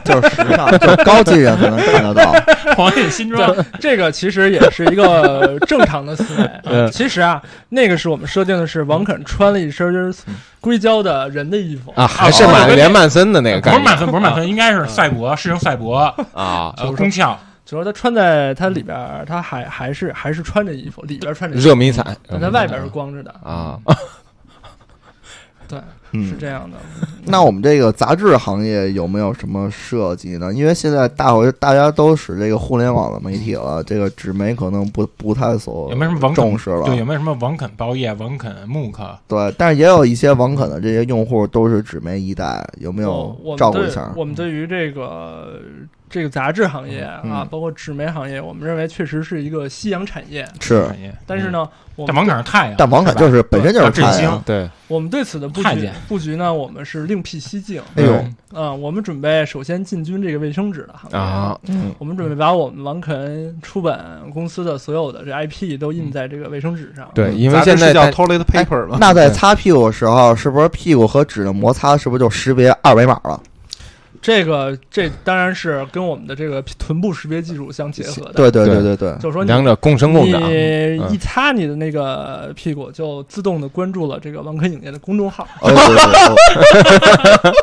就是时尚，就是高级人才能看得到。
皇帝的新 装，
对，这个其实也是一个正常的思维。其实啊，那个是我们设定的是王肯穿了一身儿硅胶的人的衣服
啊，还是
哦
马
对
连曼森的那个
不是
概
满
念
分，不是满分，应该
嗯
是赛博，是用赛博，
啊，
呃，宫壳，
主要他穿在他里边儿，他还还是还是穿着衣服，里边儿穿着衣服
热迷彩，
但他外边儿是光着的，
啊，
对，是
嗯，
这样的。
那我们这个杂志行业有没有什么设计呢？因为现在大伙大家都使这个互联网的媒体了，这个纸媒可能不不太所
有没有什么王肯
重视了。
对，有没有什么王肯包夜、王肯木克？
对，但是也有一些网肯的这些用户都是纸媒一代，有没
我
有
我们
照顾
对
一下？
我们对于这个这个杂志行业啊
嗯，
包括纸媒行业，我们认为确实是一个夕阳产业。
是，
但是呢，我
嗯但
们
王肯是太阳，
但网肯
是吧
就是本身就是
对要
太
振
阳
兴。
对，
我们对此的布
太
局
监
布局呢，我们是另辟蹊径。
哎呦，
嗯
啊、我们准备首先进军这个卫生纸的行业
啊。
嗯
我们准备把我们王肯出版公司的所有的这 IP 都印在这个卫生纸上。
对，因为
杂志
现在
是叫
大
toilet paper 嘛，
那在擦屁股的时候，是不是屁股和纸的摩擦，是不是就识别二维码了？
这个这当然是跟我们的这个臀部识别技术相结合的。，
对对对
对
对对，
就是说你
两者共生共长，
你一擦你的那个屁股，就自动的关注了这个王肯影业的公众号。
哦对对对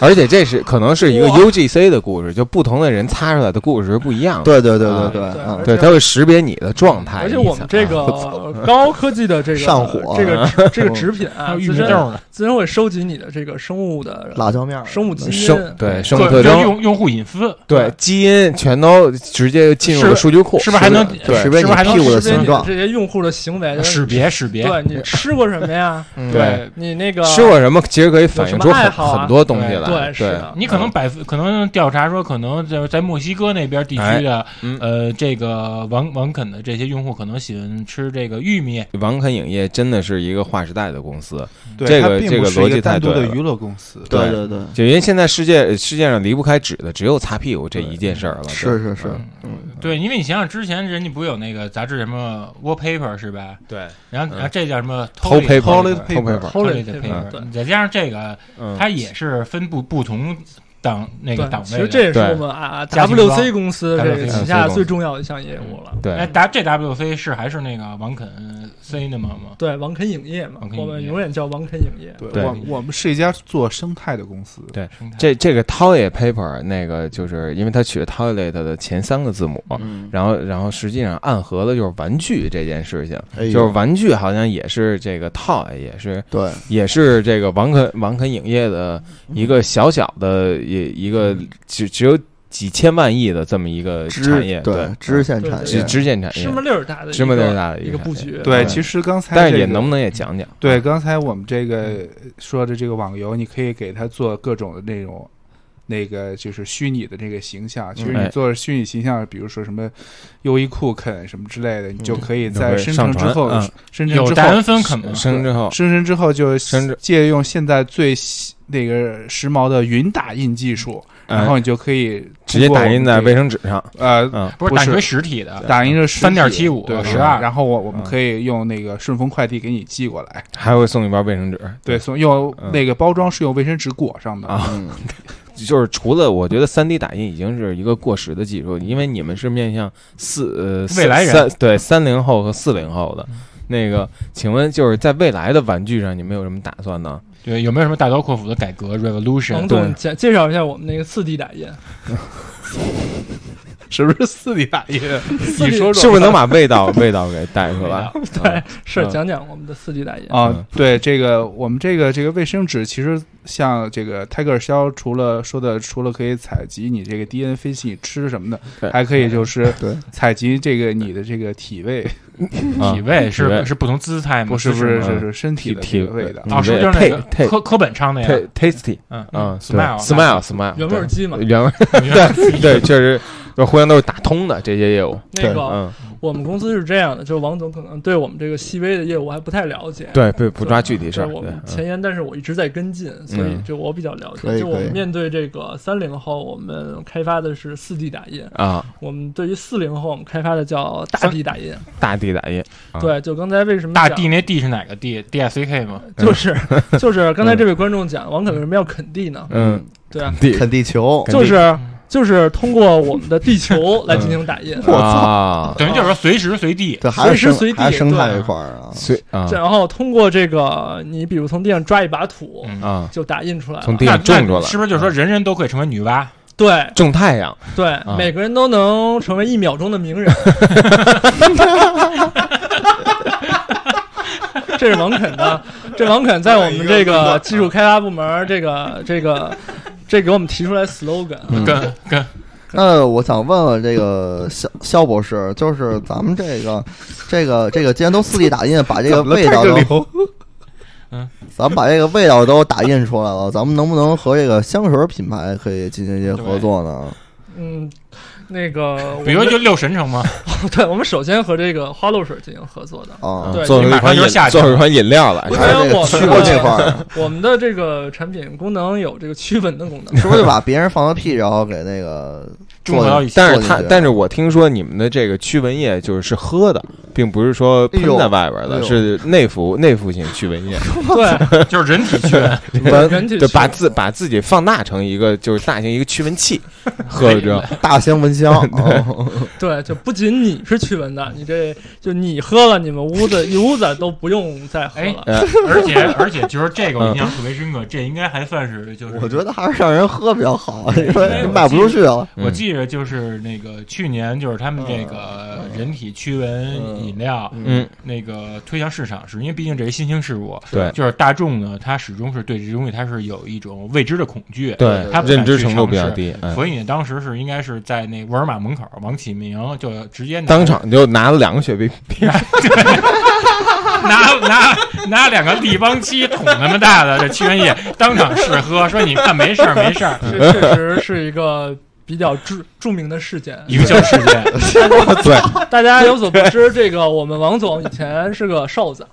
而且这是可能是一个 UGC 的故事，就不同的人擦出来的故事是不一样的。
对对对对对，
对
嗯
对，它会识别你的状态。
而且我们这个
意思啊
高科技的这个
上火
这个纸这个纸品
还
啊，
有玉
自
米
身
豆呢，
自身会收集你的这个生物的
辣椒面儿
生物基因
生。对生物
对，这
特
是
征，
用用户隐私，
对基因全都直接进入了数据库，
是不是还能
对
识别
是
你
不是还能
屁股的
识别
形
你
状
这，些用户的行为，
识别识别，
对你吃过什么呀？
嗯
对
你那个
吃过什么？其实可以反映出
有什么爱
很
好啊
很多东西来。
对
对，
是的，
你可能百分可能调查说，可能在在墨西哥那边地区的、
嗯
呃，这个王王肯的这些用户可能喜欢吃这个玉米，
王肯影业真的是一个划时代的公司，
对
这
它
个
并
这
不
个
是一
逻辑
个
太
单独
对
的
了
娱乐公司。
对对对，
就因为现在世界世界上离不开纸的只有擦屁股这一件事儿了。
是是是，
嗯
对，因为你想想之前人家不是有那个杂志什么 wallpaper 是吧？
对，
然后、
嗯
然后这叫什么
偷
paper，
paper，
toilet
偷 paper，
偷了一
toilet
些
paper，
对。
再加上这个，
嗯，
它也是分布不同档那个
对，
档
其
位
实
的。
这也是
对嗯
我们啊
家庭装
WC 公司这个
WC
旗下最重要的一项业务了。
哎
对，
，W 这 WC 是还是那个王肯 cinema 吗？
对，王肯影业嘛
王，肯
我
影业
们永远叫王肯影业。
对
我我们是一家做生态的公司，
生态
这这个 toilet paper 那个就是因为它取了 toilet 的前三个字母，
嗯，
然后然后实际上暗合的就是玩具这件事情，
哎呦
就是玩具好像也是这个 toy 也是
对，
也是这个王肯王肯影业的一个小小的一一个只只有几千万亿的这么一个产业，
支对支线
对
产
支
业，
支线产
芝麻
业，
粒儿大的一个
哎芝麻粒儿大的
一
一
个
个嗯
布局。
对，
对
其实刚才
但是
这
也
个
能不能也讲讲？嗯
对刚才我们这个说的这个网游，你可以给它做各种的那种那个就是虚拟的这个形象。其实
嗯
你
哎
做虚拟形象，比如说什么优衣库肯什么之类的，你就可以
嗯
在
就可以
生成
上
之
传
后
嗯，
生成
有
之
戴
后
恩，芬肯吗？
生成之后，
生成之后就
生成
借用现在最新那个时髦的云打印技术，然后
哎
你就可以
直接
通过
打印在
这个
卫生纸上，
呃
嗯，
不是
不
打
是
成实体的，
打印的实体
3.75
对
12
然后我我们
嗯
可以用那个顺丰快递给你寄过来，
还会送一包卫生纸。
对，送用
嗯
那个包装是用卫生纸裹上的，
啊
嗯，
就是除了我觉得三 D 打印已经是一个过时的技术，因为你们是面向四呃
未来人
三对三零后和四零后的。那个，请问就是在未来的玩具上，你们有什么打算呢？
对，有没有什么大刀阔斧的改革？Revolution，
王
对
总介介绍一下我们那个四 D 打印，
嗯
是不是四 D 打印？
你说
是不是能把味道 味道给带出来？
对，是
嗯
讲讲我们的四 D 打印。
啊
嗯，
对这个，我们这个这个卫生纸，其实像这个泰戈尔肖除了说的，除了可以采集你这个 DNA 分析你吃什么的，
对
还可以就是
对
采集这个你的这个体味，
啊
体位
体
是
位
是不同姿态吗？
不是不是
姿势吗
是是身体的
嗯
这
体嗯
个味道。
哦，是不是就是那个
对
科科本唱那个？
Ta- tasty，
嗯
嗯
，smile
smile smile，
原味鸡嘛，
原味对对，确实，就互相都是打通的这些业务。
那
对
个
嗯，
我们公司是这样的，就是王总可能对我们这个细微的业务还不太了解，
对，不不
对
抓具体事儿，
对我
对
们前沿，但是我一直在跟进，所以
嗯
就我比较了
可
解。
以
就我
可以
们面对这个三零后，我们开发的是四 D 打印；
嗯啊，
我们对于四零后，我们开发的叫大
三
D 打印。
大地打印，啊
对，就刚才为什么
大
讲
D 那 D 是哪个 D？D I C K 吗？
就是 就是刚才这位观众讲，王肯为什么要啃地呢？
嗯，
对啊，
地
啃地球，
肯定
就是就是通过我们的地球来进行打印。
我操
啊，
等于就是说随时随地，
这还是
随时
生
随地
还是生态
对
这块儿啊，
随啊
然后通过这个，你比如从地上抓一把土，
嗯
啊，
就打印出来了
从。地
那
上种出
那
来，
是不是就是说人人都可以成为女娲？
对
种太阳？
对，每个人都能成为一秒钟的名人。这是王肯的，这王肯在我们这个技术开发部门儿，这个这个这给我们提出来 slogan，
嗯
跟跟
那我想问问这个肖肖博士，就是咱们这个这个这个，既然都四 D 打印，把这个味道都，
嗯，
咱们把这个味道都打印出来了，咱们能不能和这个香水品牌可以进行一些合作呢？
嗯，那个我们，
比如就六神城嘛，
对，我们首先和这个花露水进行合作的。
啊，
对
做
你
出一
马上
款
就
饮，
下去
做出一款饮料来
因，
还
为
有这个
我们
驱蚊这块
的
儿，
我们的这个产品功能有这个驱蚊的功 能，
是不是就把别人放的屁，然后给那个
综合到一起。
但是
做
它
进去，
但是我听说你们的这个驱蚊液就是是喝的，并不是说喷在外边
哎
的，
呦
是内服内服型驱蚊液，
对，
就是人体圈，
人体
就
驱
把
蚊
自把自己放大成一个就是大型一个驱蚊 器，喝了之后，
大香蚊 香？哦
对，就不仅你是驱蚊的，你这就你喝了，你们屋子一屋子都不用再喝了。
呃，
而且而且就是这个我印象特别深刻，这应该还算是就是
我觉得还是让人喝比较好，因
为
为
我
卖不出去了。
嗯
我记着就是那个去年就是他们这个人体驱蚊饮料，
嗯，
那个推向市场是因为毕竟这是新兴事物，
对
就是大众呢，他始终是对这东西他是有一种未知的恐惧，
对
他，不敢
认知
去
程度
尝
比较
试。
低，嗯
所以你当时是应该是在那沃尔玛门口，王启明就直接拿
当场就拿了两个雪碧瓶，
拿拿拿两个立邦漆捅那么大的这驱蚊液，当场试喝，说你看没事儿没事儿，
嗯
这确实是一个比较著著名的事件。
营销事件，
对，
大家有所不知，这个我们王总以前是个瘦子，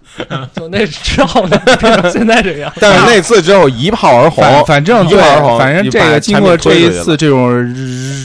就那之后呢，变成现在这个 样。
但是那次之后一炮而红
反，反正
一
对
炮而，红，
反正
你
这
把
个
产
经
品
过这
推
一
出去了
次这种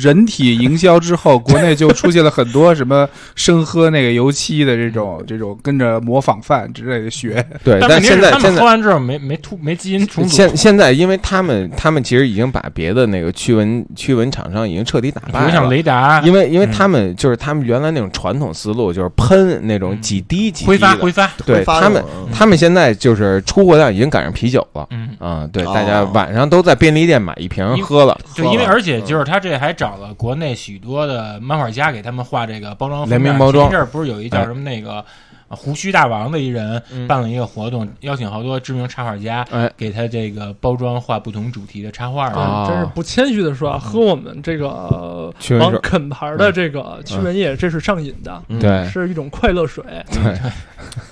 人体营销之后，国内就出现了很多什么生喝那个油漆的这种这种跟着模仿犯之类的学，
对，
但
但
肯定
现
是
在
他们
现
喝
在
完之后没没突没基因重组，
现现在，因为他们他们其实已经把别的那个驱蚊驱蚊厂商已经彻底打
比如
败
像
了。
雷达
因为因为他们就是他们原来那种传统思路，就是喷那种几滴几滴
嗯挥发
的，
挥发，
对
挥发
他们
那种
他们现在就是出货量已经赶上啤酒了。
嗯。
啊，对，
哦
大家晚上都在便利店买一瓶喝了，嗯
对，因为而且就是他这还找了国内许多的漫画家给他们画这个包装封面
联名包装
前
哎
一阵儿不是有一叫什么那个呃胡须大王的一人
嗯
办了一个活动，邀请好多知名插画家
哎，
给他这个包装画不同主题的插画儿
啊
真是不谦虚的说啊，喝我们这个
驱蚊
王
水嗯
肯牌的这个驱蚊液，这是上瘾的，
嗯
对
是一种快乐水。
对，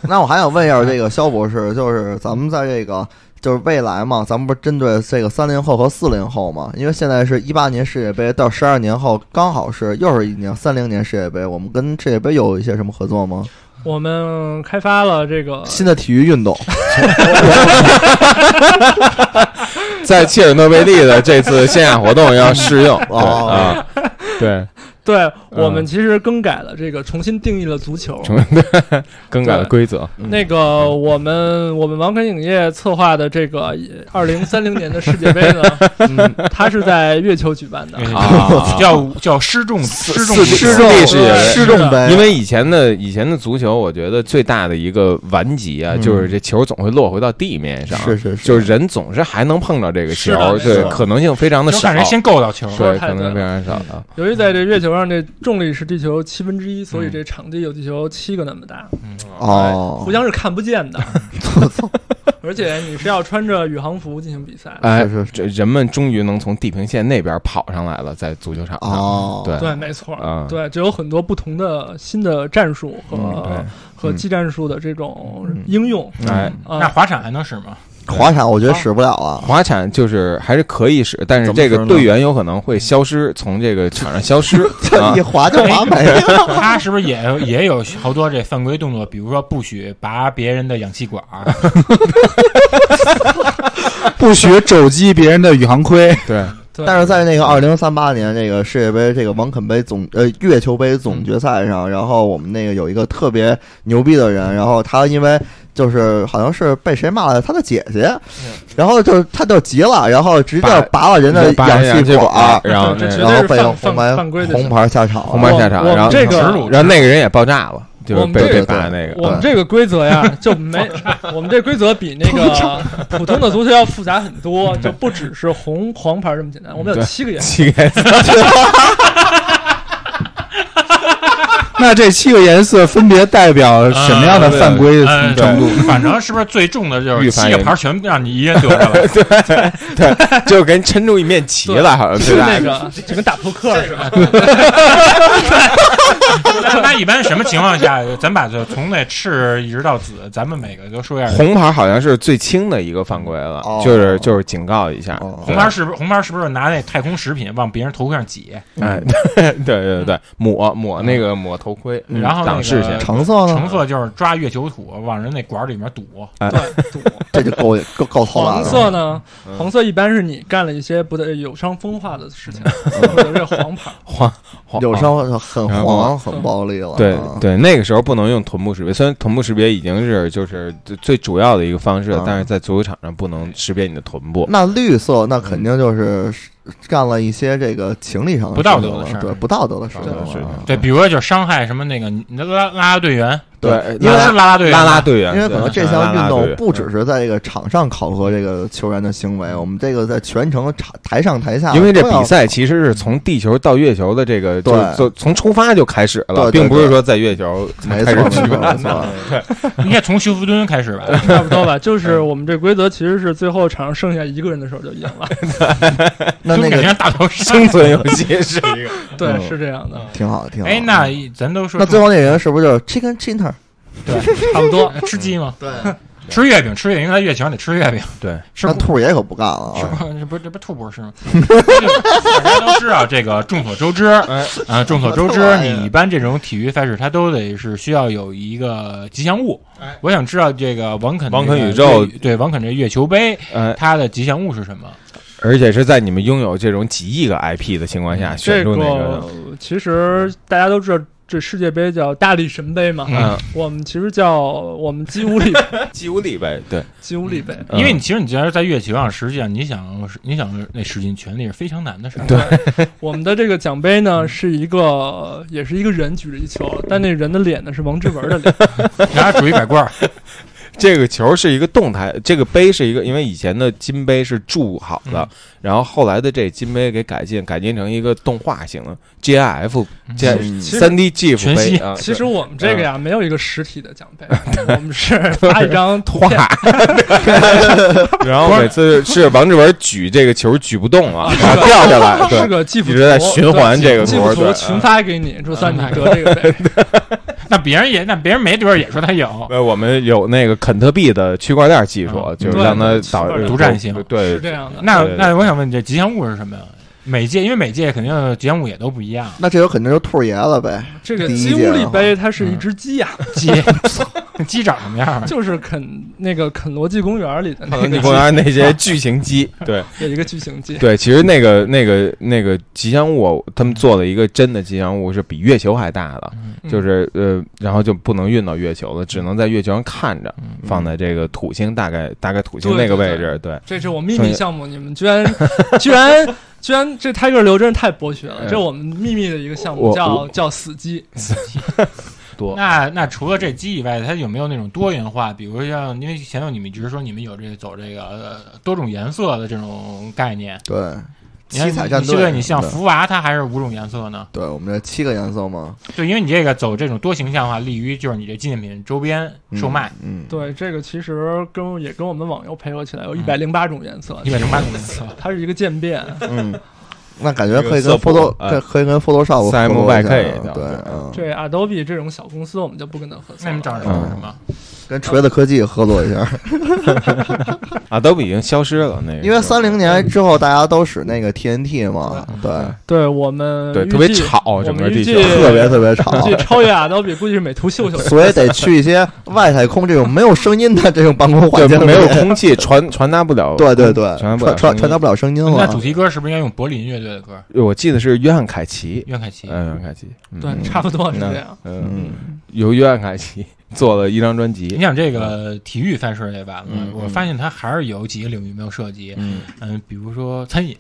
那我还想问一下这个肖博士，就是咱们在这个就是未来嘛，咱们不是针对这个三零后和四零后嘛？因为现在是一八年世界杯，到十二年后刚好是又是一年三零年世界杯，我们跟世界杯有一些什么合作吗？
我们开发了这个
新的体育运动，
在切尔诺贝利的这次线下活动要试用对
哦
啊，对，
对我们其实更改了这个，重新定义了足球。
嗯重更改了规则，
那个我们我们王肯影业策划的这个二零三零年的世界杯呢，嗯，它是在月球举办
嗯
的。
啊
叫叫失重失重
失重
重
力世界
啊
杯
失重杯，
因为以前的以前的足球，我觉得最大的一个顽疾啊，
嗯
就是这球总会落回到地面上，
是是是
就是人总是还能碰到这个
是
球
的，没
对，
错
可能性非常的
能
少
看，人先够到球，
说
对，
得太
可能性非
对
常少
嗯
啊。
由于在这月球上，这重力是地球七分之一，所以这场地有地球七个那么大，
哦
互，相是看不见的。而且你是要穿着宇航服进行比赛的。
哎
是是，是
这人们终于能从地平线那边跑上来了，在足球场
哦
上，对
对，没错
啊，
对，就有很多不同的新的战术和
对，
和
嗯
技战术的这种应用
嗯
哎，
啊
那。滑铲还能使吗？
滑铲我觉得使不了了，
滑铲就是还是可以使，但是这
怎
个
么说呢
队员有可能会消失，从这个场上 消失啊
一。滑就滑没了。
他是不是也也有好多这犯规动作？比如说不许拔别人的氧气管儿，
不许肘击别人的宇航盔。
对，
对
但是在那个二零三八年这个世界杯这个王肯杯总呃月球杯总决赛
嗯
上，然后我们那个有一个特别牛逼的人，然后他因为就是好像是被谁骂了他的姐姐，
嗯
然后就是他就急了，然后直接
把
拔了人的
把
氧气
管
管，，
然后
这
那
绝
个
嗯对
然后被
是犯
红
犯
牌
犯规的
红
行
牌下场了，
红牌下场，
我我
然后
这个
耻辱
然后那个人也爆炸了，就是
我们
被被
这
个
拔那
我
个。
们这个规则呀，就没我们这规则比那个普通的足球要复杂很多，就不只是红黄牌这么简单。我们有
对
七个颜色，
膝盖
那这七个颜色分别代表 什么样的犯规
呃
程度？
反正是不是最重的就是
预判
七个
也
牌全让你一人得着了？
就给人抻出一面旗来，好像
是
呃对吧？
那个就跟打扑克似的。
那那一般什么情况下，咱把这从那赤一直到紫，咱们每个都说一下。
红牌好像是最轻的一个犯规了，
哦
就是就是警告一下。
哦
红牌是不是红牌是不是拿那太空食品往别人头上挤，
哎，对对对对，抹抹那个抹头盔，嗯
然后那
挡
个
视线。
橙色
嗯
呢
橙？色就是抓月球土往人那管儿里面堵，
对，赌
这就够够够偷懒
黄
了。啊
色呢？黄色一般是你干了一些不得有伤风化的事情，或者是黄牌。
黄黄
有时
候。
候很
然
黄
后
很暴力了，
对
啊
对，那个时候不能用臀部识别，虽然臀部识别已经是就是最最主要的一个方式了
啊，
但是在足球场上不能识别你的臀部。
那绿色那肯定就是干了一些这个情理上的
不道德的
事
事
情了
儿
对不道德的事情
道德的事
了
情
啊。
对，比如说就是伤害什么那个你的拉拉拉队员，
对因
因
因
为
为是拉拉队员吗，
拉拉队员，
因为可能这
对
项运动不。
拉拉队员
只是在这个场上考核这个球员的行为，我们这个在全程场台上台下，
因为这比赛其实是从地球到月球的这个，就
对
就从出发就开始了，
对对
并不是说在月球
没
才
错没
开始
错
举
没
办
错
的。，
应该从休夫敦开始 吧？
差不多吧，就是我们这规则其实是最后场上剩下一个人的时候就赢了，
那
就
那
感
个
觉大逃杀。
生存游戏是一个，
对，
嗯
是这样的，
挺好挺好。
哎，那咱都说
那最后那人是不是就是 Chicken Chinner？
差不多。
吃鸡吗？
对，
吃月饼，吃月饼，在月球上得吃 月饼，
对，
是
那
不？
兔儿爷可不干了
是
啊！
不？这不是这不兔 博士吗？大家都知道这个，众所周知，
哎
啊，众所周知，
哎呀
你一般这种体育赛事，它都得是需要有一个吉祥物
哎。
我想知道这个王肯这个
王肯宇宙
对王肯这月球杯，
呃，
它的吉祥物是什么？
而且是在你们拥有这种几亿个 IP 的情况
嗯
下选
这
出那个
个其实大家都知道，这世界杯叫大力神杯嘛，
嗯
我们其实叫我们基乌利
嗯
基乌利呗，对，
基乌利杯。
嗯
因为你其实你觉得在月球上，实际上你想你想那使尽全力是非常难的事儿。对，
我们的这个奖杯呢，
嗯
是一个也是一个人举着一球，但那人的脸呢是王志文的 脸，
然后拄一拐 棍儿，
这个球是一个动态，这个杯是一个，因为以前的金杯是铸好的，
嗯
然后后来的这金杯给改进，改进成一个动画型的 GIF，这
嗯
其实
三 D GIF
全
杯
息
啊，
其实我们这个呀，
嗯
没有一个实体的奖杯， 我们是发一张图
画
片，
然后每次是王志文举这个球举不动 了，然后掉下来，
啊是
对，
个 GIF
一直在
图
循环
对
这个嗯
，GIF
活儿
图
对
群发给你，说算你得这个杯。
那别人也那别人没准儿也说他有，
呃，我们有那个肯特币的区块链技术
嗯，
就是
对
让它导
区块链
独占性
对
嗯 是，这样的。
那
嗯对对对
那我想问，这吉祥物是什么呀？每届因为每届肯定吉祥物也都不一样，
那这有肯定就兔儿爷了呗。
这个
第一
鸡
届
屋里
啊
杯它是一只鸡呀、
嗯
鸡 鸡长什么样啊？
就是肯那个肯罗纪公园里的那
肯
个
特公园那些巨型 鸡，对
有一个巨型鸡，
对，其实那个那个那个吉祥物，他们做了一个真的吉祥物，是比月球还大的，
嗯
就是呃，然后就不能运到月球了，只能在月球上看着，
嗯
放在这个土星大概大概土星
对
那个
对
位
对
置，对，
这是我秘密项目，你们居然居然居然这 Tiger 流真是太博学了，
哎
这我们秘密的一个项目
我
叫
我
叫死鸡，
多
那那除了这鸡以外，它有没有那种多元化？比如像，因为前头你们一直说你们有这个走这个、呃、多种颜色的这种概念，
对，
你看
七彩战
你这个
队，
你像
对
福娃，它还是五种颜色呢？
对我们这七个颜色嘛，
就因为你这个走这种多形象化，利于就是你这纪念品周边
嗯
售卖，，
嗯，
对这个其实跟也跟我们网游配合起来有一
嗯
百零八种颜色，
一百零八种颜色。
它是一个渐变，
嗯，那感觉可以
这
跟
个色谱
photo
哎
可可以跟 Photoshop
三 M
合作一下
YK 的
对，嗯，
这 Adobe 这种小公司我们就不跟它合
那你
作了
们。找人是什么？
跟锤子科技合作一下，
啊，都已经消失了那个时候，
因为三零年之后大家都使那个 TNT 嘛，对，
对我们
对
预
特别
计
吵，
我
整
们
个
预
地球
计
特别特别吵，
这超越 Adobe 估计是美 图秀秀的。
所以得去一些外太空这种没有声音的这种办公环
对
境，
没有。空气 传传达不了，嗯
对对对，
传
传
达不了
传传
声
达
音
不了声音
那
了。
主题歌是不是应该用柏林乐队的歌？
我记得是约翰凯奇，
袁凯
呃
奇。
嗯，约翰凯奇，嗯
对，差不多是这样。
嗯，
嗯，
由约翰凯奇 做了一张专
你
辑，
想这个体育赛事这版了，
嗯嗯
我发现它还是有几个领域没有涉及，
嗯，
嗯，比如说餐饮，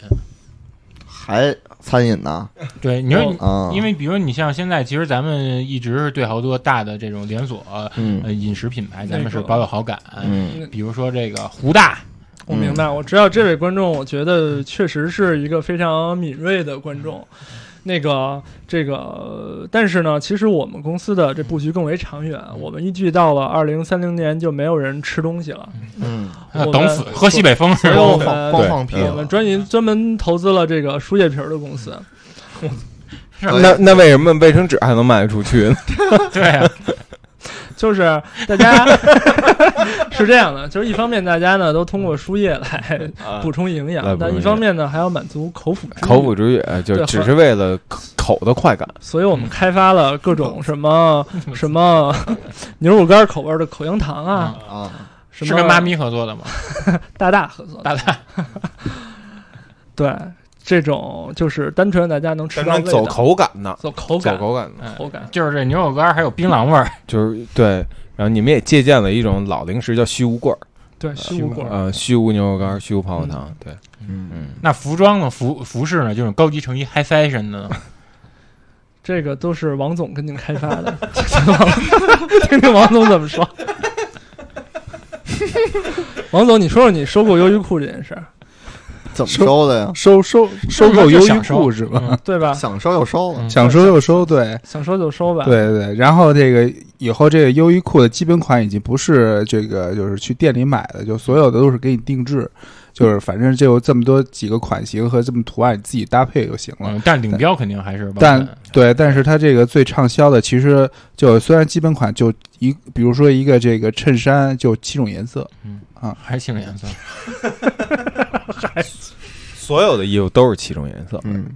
还餐饮呢
对，你说
哦
你
啊，
因为比如你像现在，其实咱们一直是对好多大的这种连锁
嗯
呃饮食品牌，咱们是
那个
保有好感。
嗯
比如说这个胡大，
我明白，我知道这位观众，我觉得确实是一个非常敏锐的观众。那个，这个，但是呢，其实我们公司的这布局更为长远，我们预计到了二零三零年就没有人吃东西了，
嗯，
呃
我们
等死喝西北风是
所以
吧？
光
我
放
们
光放屁
我
了
们，专门专门投资了这个输液皮儿的公司，
那那为什么卫生纸还能卖得出去呢？
对啊，
就是大家是这样的，就是一方面大家呢都通过输液来补充营
来
养，
补充
但一
营
方
养
面呢还要满足口腹之欲
口。腹之欲，呃就
对
只
和
是为了口口的快感。
所以我们开发了各
嗯
种 什么什么牛肉干口味的口香糖啊，
啊，
什么
是跟妈咪合作的吗？
大大合作的，
大大
对这种就是单纯大家能吃到味道，
走口感呢，
走口
走
感
口感呢，
嗯
口感，
就是这牛肉干儿还有槟榔味儿，
就是对。然后你们也借鉴了一种老零食，叫虚无棍儿，
啊
对虚无果儿。
呃，虚无牛肉干，虚无泡泡糖，对，
嗯，
嗯，
那服装呢？服服饰呢？就是高级成衣 high fashion 的呢，
这个都是王总跟您开发 的， 听听王总怎么说。王总，你说说你收购优衣库这件事儿，
怎么收的呀？
收收 收购优衣库是吧？
嗯
对吧？
想收就收了，
嗯
想收就收，对，
想收就收吧。，
对对对，然后这个以后这个优衣库的基本款已经不是这个就是去店里买的，就所有的都是给你定制，就是反正就有这么多几个款型和这么图案，你自己搭配就行了。
嗯，但领标肯定还是王
但
冠
对，但是它这个最畅销的，其实就虽然基本款就一，比如说一个这个衬衫就七种颜色，
还是清水颜色。
所有的衣服都是七种颜色，
嗯，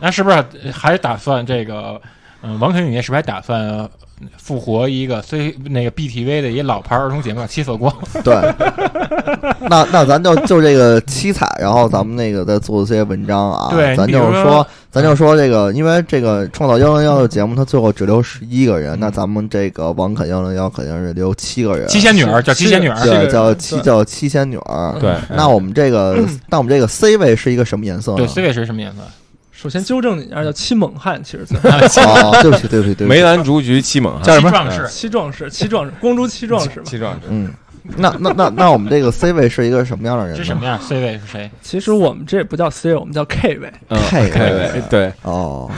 那是不是还打算这个？嗯，王肯影业是不是还打算复活一个 C 那个 BTV 的一老牌儿童节目《七色光》？
对，那那咱就就这个七彩，然后咱们那个再做一些文章啊。
对你
咱
比
就
如
是
说
说，咱就说这个，因为这个创造幺零幺的节目，它最后只留十一个人，那咱们这个王肯幺零幺肯定是留七个人，
嗯七仙女儿叫七仙女儿，
是
对，
是
叫
对
七叫七仙女
嗯
儿。
对，
那我们这个，那我们这个 C 位是一个什么颜色呢？
对，C 位是什么颜色？
首先纠正你一下，叫七猛汉，其实最
哦，对不起，对不起，对不
梅
起。
兰竹菊七猛汉
叫什么
七壮士，
七壮士，七壮 士，光珠七壮士嘛。
七壮士，
嗯，那那那那我们这个 C 位是一个哎什么样的人
这
呢？
什么样？C 位是谁？
其实我们这也不叫 C 位，我们叫 K 位。
嗯
K
位，对
哦，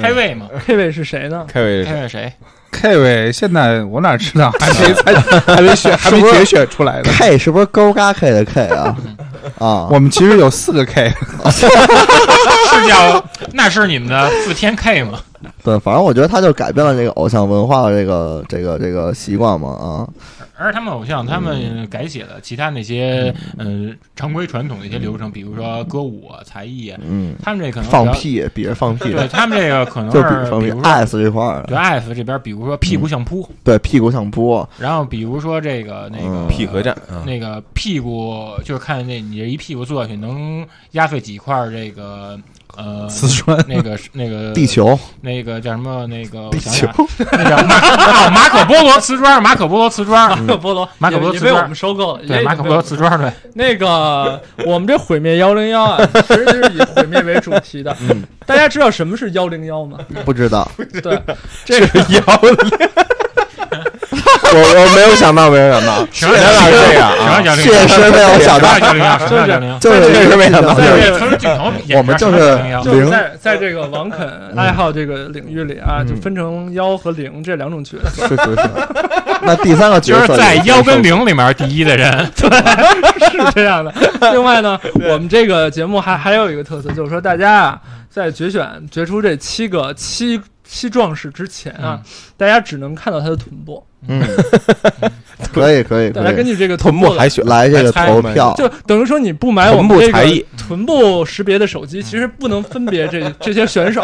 开胃嘛？
K 位是谁呢？
，K 位是
开
谁
胃谁？
K 位现在我哪知道，还没才还没选还没决选出来的。
K 是不是勾嘎 K 的 K 啊？啊，
我们其实有四个 K，
是叫那是你们的四天 K 吗？
对，反正我觉得他就改变了这个偶像文化的这个这个这个习惯嘛啊，
而他们偶像，他们改写了其他那些嗯、呃常规传统的一些流程，比如说歌舞、啊、才艺啊，
嗯，
他们这可能
放
比较，
屁，比着放屁，
对他们这个可 能
就是比着放
比
屁
如说
，S 这块儿，
对 F 这边，比如说屁股相扑，
对屁股相扑，
然后比如说这个那个
嗯
屁合战啊，
那个屁股就是看那你这一屁股坐下去能压碎几块这个呃
瓷砖
那个那个
地球，
那个叫什么那个我
地
想
球
想，那叫马哦马可波罗瓷砖，马可波罗瓷砖，
马可波罗，
马可波罗
也
瓷
也被
砖
我们收购了，也
对马可波罗瓷砖对，
那个，我们这毁灭幺零幺啊，其实就是以毁灭为主题的。大家知道什么是幺零幺吗？
不知道，
对，
这个摇的，
我我没有想到，没有想到，
全是
咱俩是这样啊
全是
确
幺零
实没有想到
幺，零幺，全是幺零 幺。
就是
确实没想到
就是
对，这从镜头演示
我们就是
101
就是
零
在在这个王肯爱好这个领域里啊，
嗯
就分成幺和零这两种角色。
是是是。那第三个角
就
色
是在
也
幺跟零里面第一的人，
是这 样的。另外呢，我们这个节目还还有一个特色，就是说大家啊，在决选决出这七个七七壮士之前啊，大家只能看到他的臀部，
嗯，可以可以
大
可
家根
以，
据这个
臀
部
部
来
海选，
来这个
来猜
投
嘛
票，
就等于说你不买我
臀
们
部
这
才艺
个臀部识别的手机，其实不能分别 这这些选手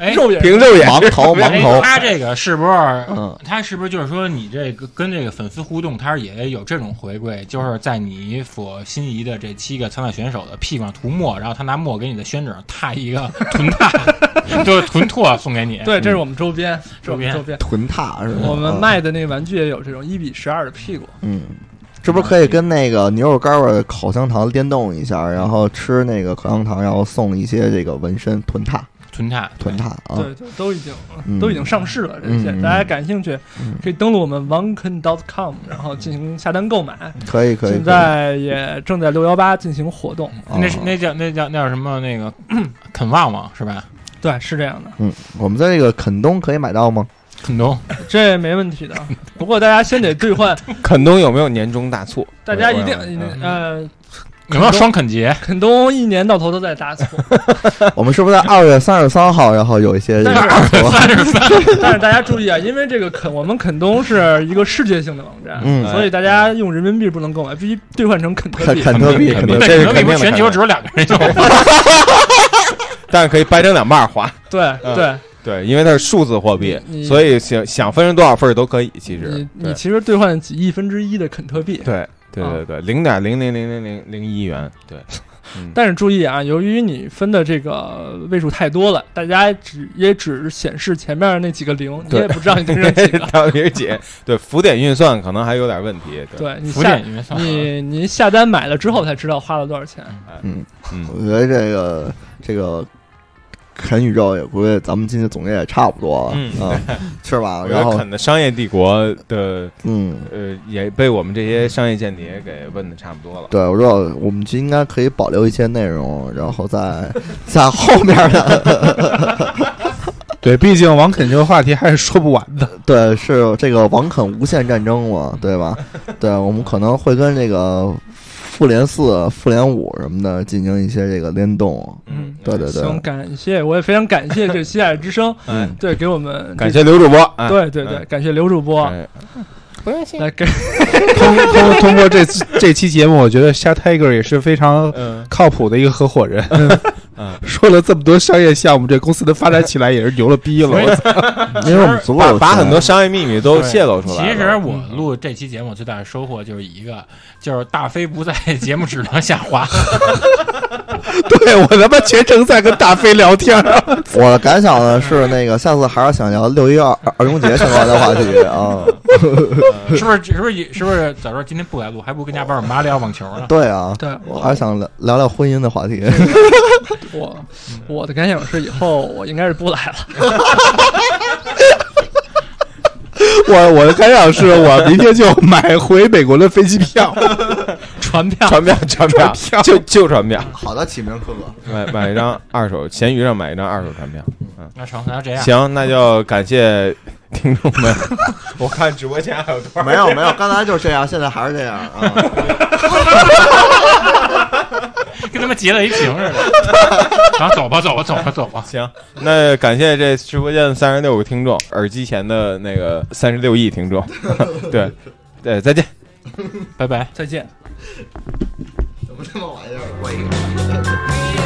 哎，
肉眼。
凭肉眼
盲投
哎
盲投，
他这个是不是？
嗯
他是不是就是说你这个跟这个粉丝互动，他也有这种回馈，就是在你所心仪的这七个参赛选手的屁股上涂抹，然后他拿墨给你的宣纸上踏一个臀踏， 就是臀拓送给你。
对，这是我们周边，嗯周
边
周边。
臀踏是吧？
我们
嗯
卖的那个玩具也有这种一比十二的屁股，
嗯，这不是可以跟那个牛肉干味儿口香糖联动一下，然后吃那个口香糖，然后送一些这个纹身臀踏
臀踏，
臀踏啊，
对，就都已经
嗯
都已经上市了，这些
嗯嗯
大家感兴趣
嗯
可以登录我们 wanken.com，然后进行下单购买。
可以可以。
现在也正在六幺八进行活动，
哦
那是那叫那叫那叫什么？那个肯旺旺是吧？
对，是这样的，
可以嗯，我们在这个垦东可以买到吗？
肯东
这没问题的。不过大家先得 兑换，
肯东有没有年终大促？
大家一
我
定
想
一定
嗯
呃，
有没有双肯节？
肯东一年到头都在 大促，
我们是不是在二月三十三号，然后有一些这
但
个
是但是大家注意啊，因为这个肯我们肯东是一个世界性的网站，
嗯
所以大家用人民币不能购买，必须兑换成肯 德
肯
币。
肯德
肯
币
定
肯
肯
德基
定这
肯
是
德
肯
基不
定的
是全球只有两个人用，
但是可以掰成两半儿花。
对
嗯
对，
对，因为它是数字货币
你，
所以想想分成多少份儿都可以。其实
你，你
对
其实兑换几亿分之一的肯特币。
对对对对，零点零零零零零零一元，对，
但是注意啊，由于你分的这个位数太多了，大家只也只显示前面那几个零，你
对
也不知道你订 正几个。
到底是几？对，浮点运算可能还有点问题。对，
对你
福
下
建云算啊
你你下单买了之后才知道花了多少钱。
嗯，
我觉得这个这个啃宇宙也估计咱们今天总结也差不多了，
嗯
啊，是吧？
我觉
然
得
后
肯的商业帝国的
嗯。
呃，也被我们这些商业间谍给问的差不多了。
对，我知道，我们就应该可以保留一些内容，然后 在在后面的
对，毕竟王肯这个话题还是说不完的。
对是这个王肯无限战争嘛，对吧？对，我们可能会跟这个复联四、复联五什么的进行一些这个联动。
嗯，
对对对，
行，感谢，我也非常感谢这西海 之声，
嗯，
对，给我们
感。谢刘主播，哎
对对对，，感谢刘主播
哎
来给
通 通通过这次这期节目，我觉得虾 Tiger 也是非常
嗯
靠谱的一个合伙人。
嗯，
说了这么多商业项目，这公司的发展起来也是牛了逼了。
所以
我操
因为我们足够
把
有
把
钱
很多商业秘密都
对
泄露出来了。嗯
其实我录这期节目最大的收获就是一个，就是大飞不在 节目质量下 滑。
对我他妈全程在跟大飞聊天儿，
我的感想呢是，那个下次还是想聊六一二儿童节相关的话题啊。。
是不是？是不是？是不是？早知道今天不来录，还不如跟家帮我妈聊网球呢
对啊，
对
我还是想聊聊聊婚姻的话题。
我
嗯
我的感想是，以后我应该是不来了。
我我的感想是我明天就买回美国的飞机 票，
传票
传票，传 票，就就传票，
好的，启明哥哥，
买买一张二手，闲鱼上买一张二手传票。
那成，那就这样。
行，那就感谢听众们。我看直播间还有多少
没有没有，刚才就是这样，现在还是这样啊。
跟他们结了一情似的。 然后走吧，走吧，走吧，走吧。
行，那感谢这直播间三十六个听众，耳机前的那个三十六亿听众， 对，对，再见。
拜拜。
再见。
怎么这么玩意儿？
没有